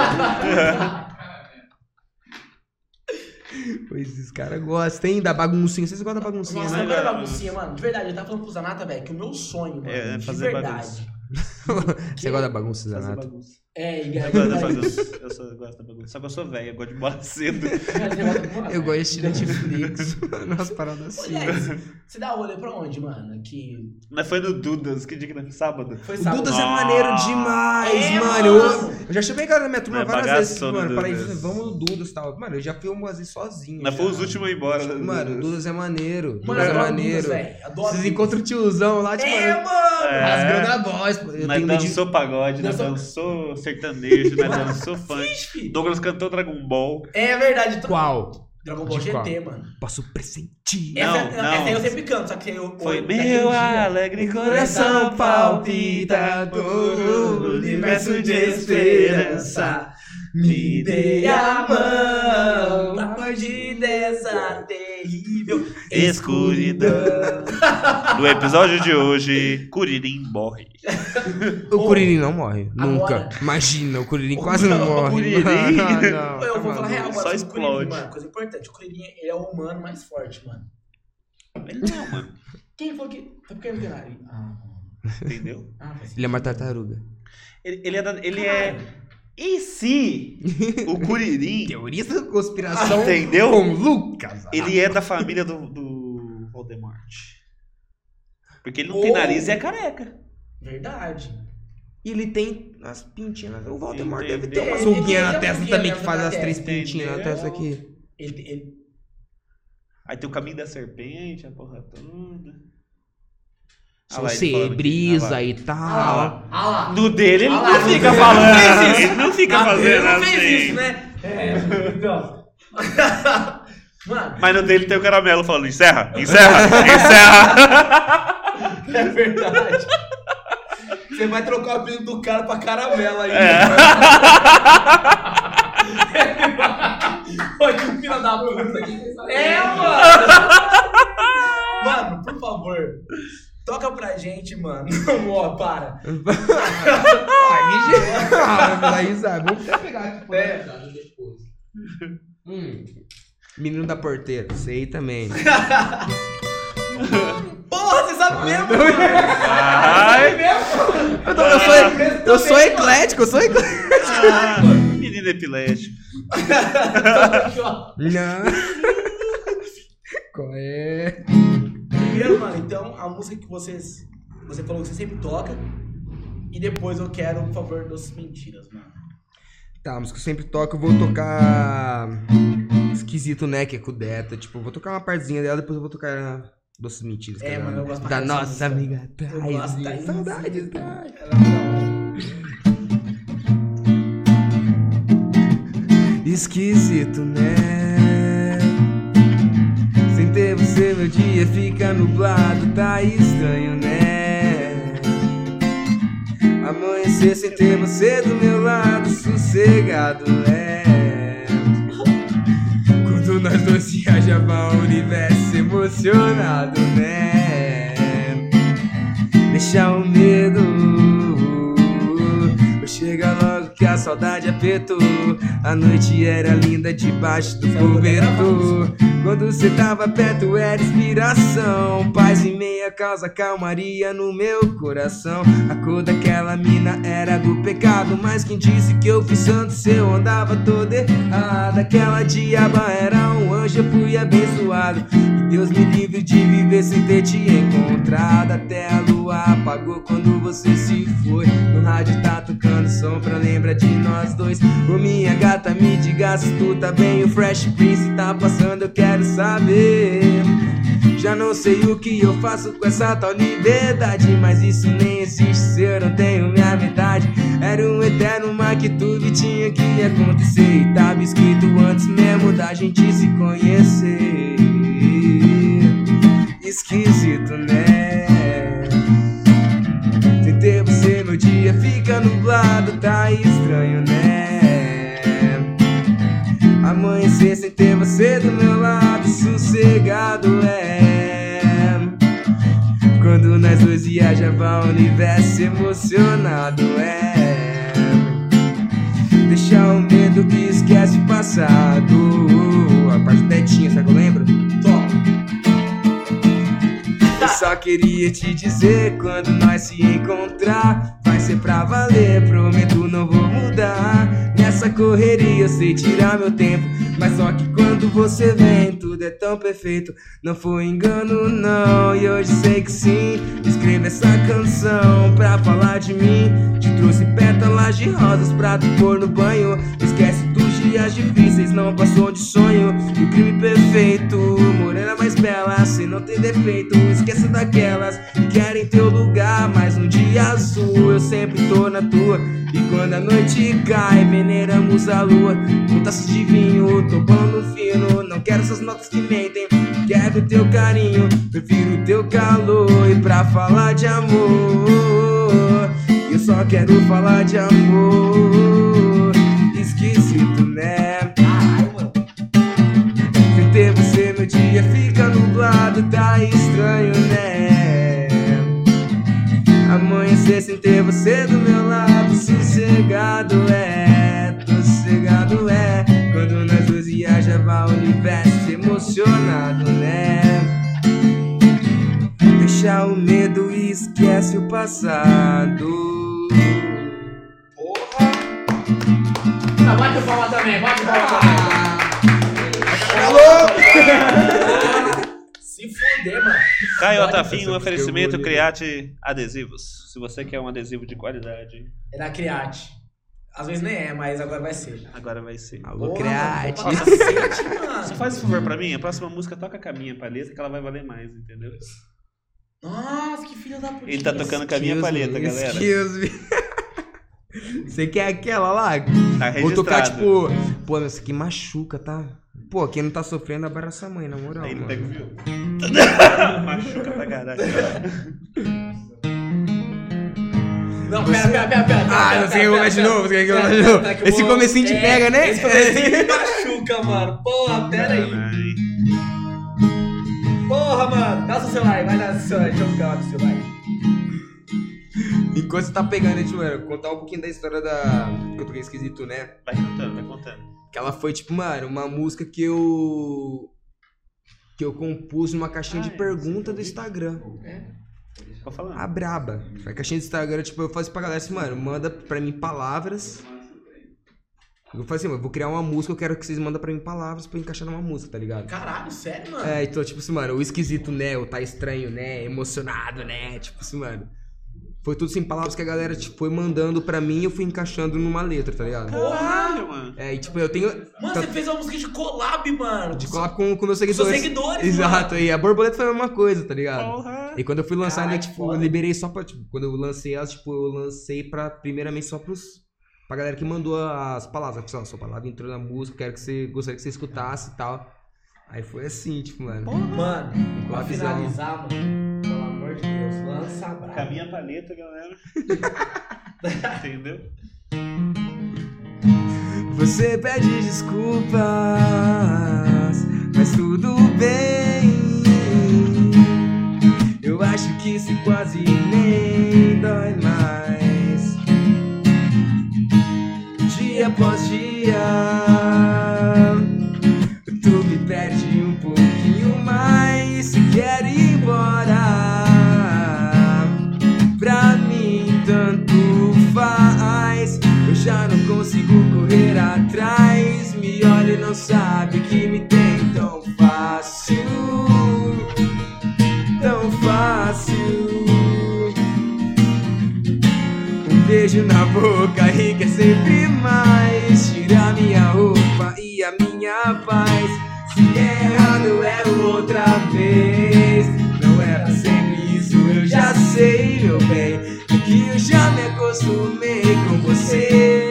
Pois esses caras gostam, hein? Da baguncinha. Vocês gostam da baguncinha, Nossa, né? agora baguncinha, mano. De verdade, eu tava falando pro Zanata, velho, que o meu sonho, mano. É, é de fazer verdade. bagunça. né? Você gosta da bagunça, Fazer Zanato? bagunça. É, e Eu gosto da bagunça. Eu só gosto da bagunça. Só que eu sou velho, eu gosto de bola cedo. Eu gosto de Netflix. Nas paradas assim. Aliás, você dá rolê pra onde, mano? Que Mas foi no Dudas, que dia que foi? Sábado? foi O sábado. Dudas é Nossa. maneiro demais, É, mano. Eu- mano. Eu, já chamei a galera da minha turma Mas várias bagaçou vezes, no mano. Para isso, Dudas. vamos no Dudas e tal. Mano, eu já fui umas vezes sozinho. Nós já. fomos os últimos a ir embora. né? Mano, o Dudas é maneiro. Dudas Mano, é eu adoro maneiro. Dudas, velho. Adoro Vocês Dudas. encontram o tiozão lá, tipo, É, mano! É. rasgando a voz. pô. Eu Nós tenho medo de dançou pagode, nós dançou sertanejo, nós dançou funk. Ixi. Douglas cantou Dragon Ball. É verdade. tô- Qual? Dragon Ball De GT, mano. Posso pressentir. Não, essa, não. essa aí eu sempre canto, só que eu... Foi daquele meu dia. alegre coração palpita por um universo de esperança. Me dê a mão pra fugir dessa terrível Escuridão. No episódio de hoje, Curirim morre. O Curirim não morre, nunca. Agora- Imagina, o Curirim quase não, não, o morre. Curirim- Não, não, Eu vou tá maluco. falar real Só agora sobre o Kuririn, explode. mano. Coisa importante. O Kuririn, ele é o humano mais forte, mano. Ele não, mano. Quem falou que... Tá porque ele não tem nariz. Ah, Entendeu? ah, mas... Ele é uma tartaruga. Ele, ele é. da- Ele é... Em si, o Curirim, Teoria da conspiração Entendeu? com Lucas. ele é da família do, do Voldemort. Porque ele não tem Oh. nariz e é careca. Verdade. E ele tem as pintinhas. né? O Voldemort deve Entendeu? ter umas Ele- ele ruguinhas na tem testa ruguinha também, que mesmo faz na as três testa. pintinhas na Entendeu? testa aqui. Ele, ele... Aí tem o caminho da serpente, a porra toda. Ah Se lá, ele você falando aqui, ah brisa lá. e Ah tal. lá, ah lá. No dele, ele Ah lá, não no fica dele, falando. assim. ele não fez isso. Ele não fica Ah, ele fazendo não fez isso, assim. né? É, então... Mano, Mas no dele tem o caramelo falando: encerra, encerra, encerra. é verdade. Você vai trocar o apelido do cara pra caramela aí. É. né? Olha que filho da É, puta. É, mano. Mano, por favor. Toca pra gente, mano. Não, ó, para. Ah, me dá risada. Vamos até pegar tipo, né? aqui pra É. dar risada depois. Hum. Menino da porteira, sei também. Porra, você sabe mesmo, é. é mano. Ai, Eu, tô- eu sou, É, eu sou eclético, eu sou eclético. ah, menino epilético. Não. Qual é? Primeiro, mano, então, a música que vocês. Você falou que você sempre toca. E depois eu quero, por favor, doces mentiras, mano. Tá, a música que eu sempre toco, eu vou tocar. Esquisito, né? Que é Kudeta. Tipo, eu vou tocar uma partezinha dela, depois eu vou tocar. Doces mentiras. que É, da- mano, eu gosto pra Da caralho nossa tá dessa música. amiga Eu gosto da Thaís. Saudades, Thaís. Ela é da hora. Esquisito, né? Sem ter você, meu dia fica nublado, tá estranho, né? Amanhecer sem ter você do meu lado, sossegado, né? Quando nós dois viajava o universo emocionado, né? deixar o medo. Chega logo que a saudade apertou. A noite era linda debaixo do cobertor. Quando cê tava perto era inspiração. Paz e meia causa calmaria no meu coração. A cor daquela mina era do pecado. Mas quem disse que eu fui santo se eu andava todo errado? Aquela diaba era um anjo, eu fui abençoado. E Deus me livre de viver sem ter te encontrado. Até a lua apagou quando você se foi. No rádio tá tocando som pra lembrar de nós dois. Ô minha gata, me diga se tu tá bem. O Fresh Prince tá passando, eu quero saber. Já não sei o que eu faço com essa tal liberdade. Mas isso nem existe se eu não tenho minha verdade. Era um eterno mar que tudo tinha que acontecer. E tava escrito antes mesmo da gente se conhecer. Esquisito, né? Sem ter você, meu dia fica nublado, tá estranho, né? Amanhecer sem ter você do meu lado, sossegado é. Quando nós dois viajava o universo emocionado é Deixar o medo que esquece o passado A parte do netinha, sabe que eu lembro? Toma. Eu só queria te dizer quando nós se encontrar Vai ser pra valer, prometo não vou mudar Nessa correria eu sei tirar meu tempo Mas só que quando você vem tudo é tão perfeito Não foi engano não, e hoje sei que sim Escreva essa canção pra falar de mim Te trouxe pétalas de rosas pra tu pôr no banho Esquece dos dias difíceis, não passou de sonho E o crime perfeito, morena mais bela Se não tem defeito, esquece daquelas Que querem teu lugar, mas um dia azul Eu sempre tô na tua E quando a noite cai, veneramos a lua Com taças de vinho, tomando um fino Não quero essas notas que mentem Quero teu carinho, prefiro teu calor E pra falar de amor Eu só quero falar de amor Esquisito, né? Caralho, mano. Sem ter você meu dia fica nublado, tá estranho, né? Amanhecer sem ter você do meu lado, sossegado é, sossegado é. Quando nós dois viajava o universo emocionado, né? Deixa o medo e esquece o passado. Tá, bate palma também, bate palma também. Se fuder, mano. Caio Olha, Otafim, um essa música é oferecimento eu vou Criate Adesivos. Se você quer um adesivo de qualidade, É da Criate. Às vezes nem é, mas agora vai ser. agora vai ser. Alô, Porra, Criate. mano, vou falar cacete, Você mano. faz esse favor pra mim? A próxima música toca com a minha palheta que ela vai valer mais, entendeu? Nossa, que filha da puta. Ele tá tocando com a minha palheta, galera. Excuse me. Você quer aquela lá? Tá Ou tocar, registrado. tipo, pô, meu, isso aqui machuca, tá? Pô, quem não tá sofrendo, abraça a mãe, na moral. Aí ele mano. pega o violão. Machuca pra caralho. Não, pera, pera, pera, pera. Ah, pera, não pera, sei que eu vou pera, ver de novo, não sei que eu vou pera, ver de novo. pera, que eu Esse vou- comecinho te é, pega, né? Esse comecinho me machuca, mano. Porra, pera aí. Caralho. Porra, mano. Dá seu celular aí, vai dar seu celular. Deixa eu ficar lá com o celular. aí. enquanto você tá pegando, né, tipo, mano, contar um pouquinho da história da. Que eu toquei esquisito, né? Vai contando, vai contando. Que ela foi, tipo, mano, uma música que eu. Que eu compus numa caixinha Ah, de é, pergunta do Instagram. Pode falar. A braba. A caixinha do Instagram, tipo, eu faço pra galera assim, mano, manda pra mim palavras. Eu falei assim, mano, eu vou criar uma música, eu quero que vocês mandem pra mim palavras pra eu encaixar numa música, tá ligado? Caralho, sério, mano? É, então, tipo assim, mano, o esquisito, né? O tá estranho, né? Emocionado, né? Tipo assim, mano. Foi tudo sem palavras que a galera tipo, foi mandando pra mim e eu fui encaixando numa letra, tá ligado? Caralho, mano. É, e tipo, eu tenho. Mano, tá- você fez uma música de collab, mano. de collab com, com meus Com seus seguidores. seguidores, Exato, e a borboleta foi a mesma coisa, tá ligado? Porra. E quando eu fui lançar, né, Caralho, tipo, foda. eu liberei só pra. Tipo, quando eu lancei elas, tipo, eu lancei pra, primeiramente só pros. Pra galera que mandou as palavras. Pessoal, sua palavra entrou na música, quero que você. Gostaria que você escutasse e tal. Aí foi assim, tipo, mano. Mano, um pra colabzão. finalizar, mano, pelo amor de Deus, lança a brava. Com a minha paleta, galera. Entendeu? Você pede desculpas, mas tudo bem. Eu acho que isso quase nem dói mais. Um Dia após dia, tu me pede um pouquinho mais. Se quer ir embora, pra mim tanto faz. Eu já não consigo correr atrás. Me olha e não sabe que me tem tão fácil. Tão fácil. Um beijo na boca e quer sempre mais. Tira minha roupa e a minha paz. Se é errado, é outra vez. Não era sempre isso, eu já sei, meu bem. É que eu já me acostumei com você.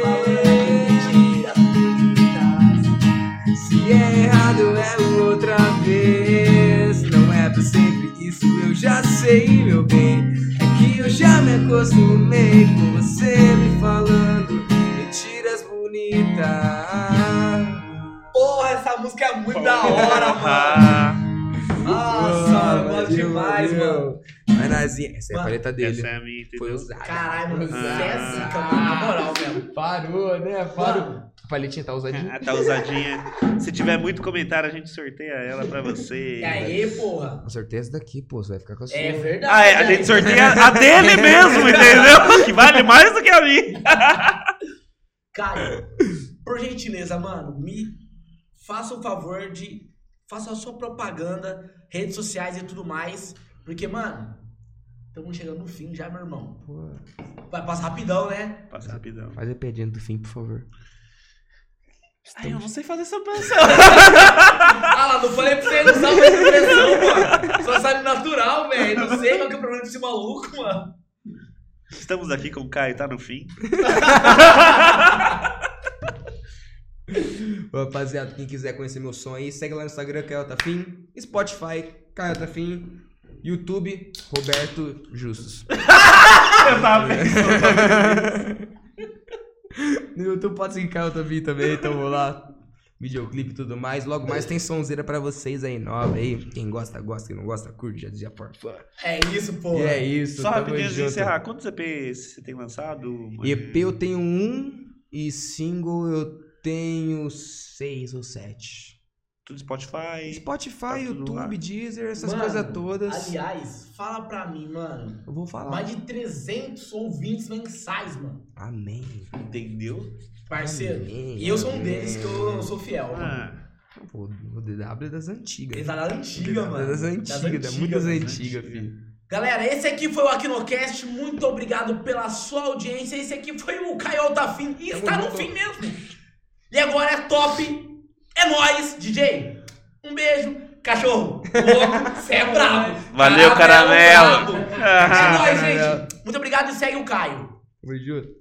Se é errado, é outra vez. Não é pra sempre isso, eu já sei, meu bem. É que eu já me acostumei com você me falando mentiras bonitas. Porra, essa música é muito da hora, mano. Ah, Nossa, eu gosto valeu, demais, valeu. mano. Mas Nazinha, essa é a Mano, paleta dele. essa é a minha, Foi entendeu? usada. Caralho, mano, você é Ah. zica, mano, na moral mesmo. Parou, né? Parou. A paletinha tá usadinha. Ah, tá ousadinha. Se tiver muito comentário, a gente sorteia ela pra você. E aí, porra? Com certeza daqui, pô, você vai ficar com a sua. É verdade. Ah, é, a né? gente sorteia a dele mesmo, entendeu? Que vale mais do que a minha. Cara, por gentileza, mano, me faça o favor de. Faça a sua propaganda, redes sociais e tudo mais. Porque, mano, estamos chegando no fim já, meu irmão. Pô, Vai passar rapidão, né? Passa rapidão. faz a piadinha do fim, por favor. Ai, eu não sei fazer essa dança. Ah lá, não falei pra você não usar mais expressão, mano. Só sabe natural, velho. Não sei qual que é o problema desse maluco, mano. Estamos aqui com o Caio, tá no fim. Ô, Rapaziada, quem quiser conhecer meu som aí, segue lá no Instagram, Caio Tafim. Spotify, Caio Tafim. YouTube, Roberto Justus. Eu tava pensando. No YouTube pode seguir Caio Tafim também, então vou lá. Videoclipe e tudo mais. Logo mais tem sonzeira pra vocês aí, nova aí. Quem gosta, gosta. Quem não gosta, curte, já já for fã. É isso, E porra. é isso, Só tamo rapidinho antes de junto. encerrar. Quantos EPs você tem lançado? mano? EP eu tenho um e single eu tenho seis ou sete. Tudo Spotify. Spotify, Tá tudo YouTube, lá. Deezer, essas Mano, coisas todas. Aliás, fala pra mim, mano. Eu vou falar. Mais de 300 ouvintes mensais, mano. Amém. Entendeu? Parceiro. Amém, E eu sou um amém. deles que eu, eu sou fiel. mano. Ah, O, o DW é das antigas. Ele tá da antiga, DW é mano. das antigas, das muitas mano. antigas, filho. Galera, esse aqui foi o Aquinocast. Muito obrigado pela sua audiência. Esse aqui foi o Caio Altafim. E está no junto. fim mesmo. E agora é top. É nóis, DJ. Um beijo. Cachorro, louco, você é brabo. Valeu, Caramelo, caramelo. Ah, brabo. É nóis, Caramelo. gente. Muito obrigado e segue o Caio. Tamo junto.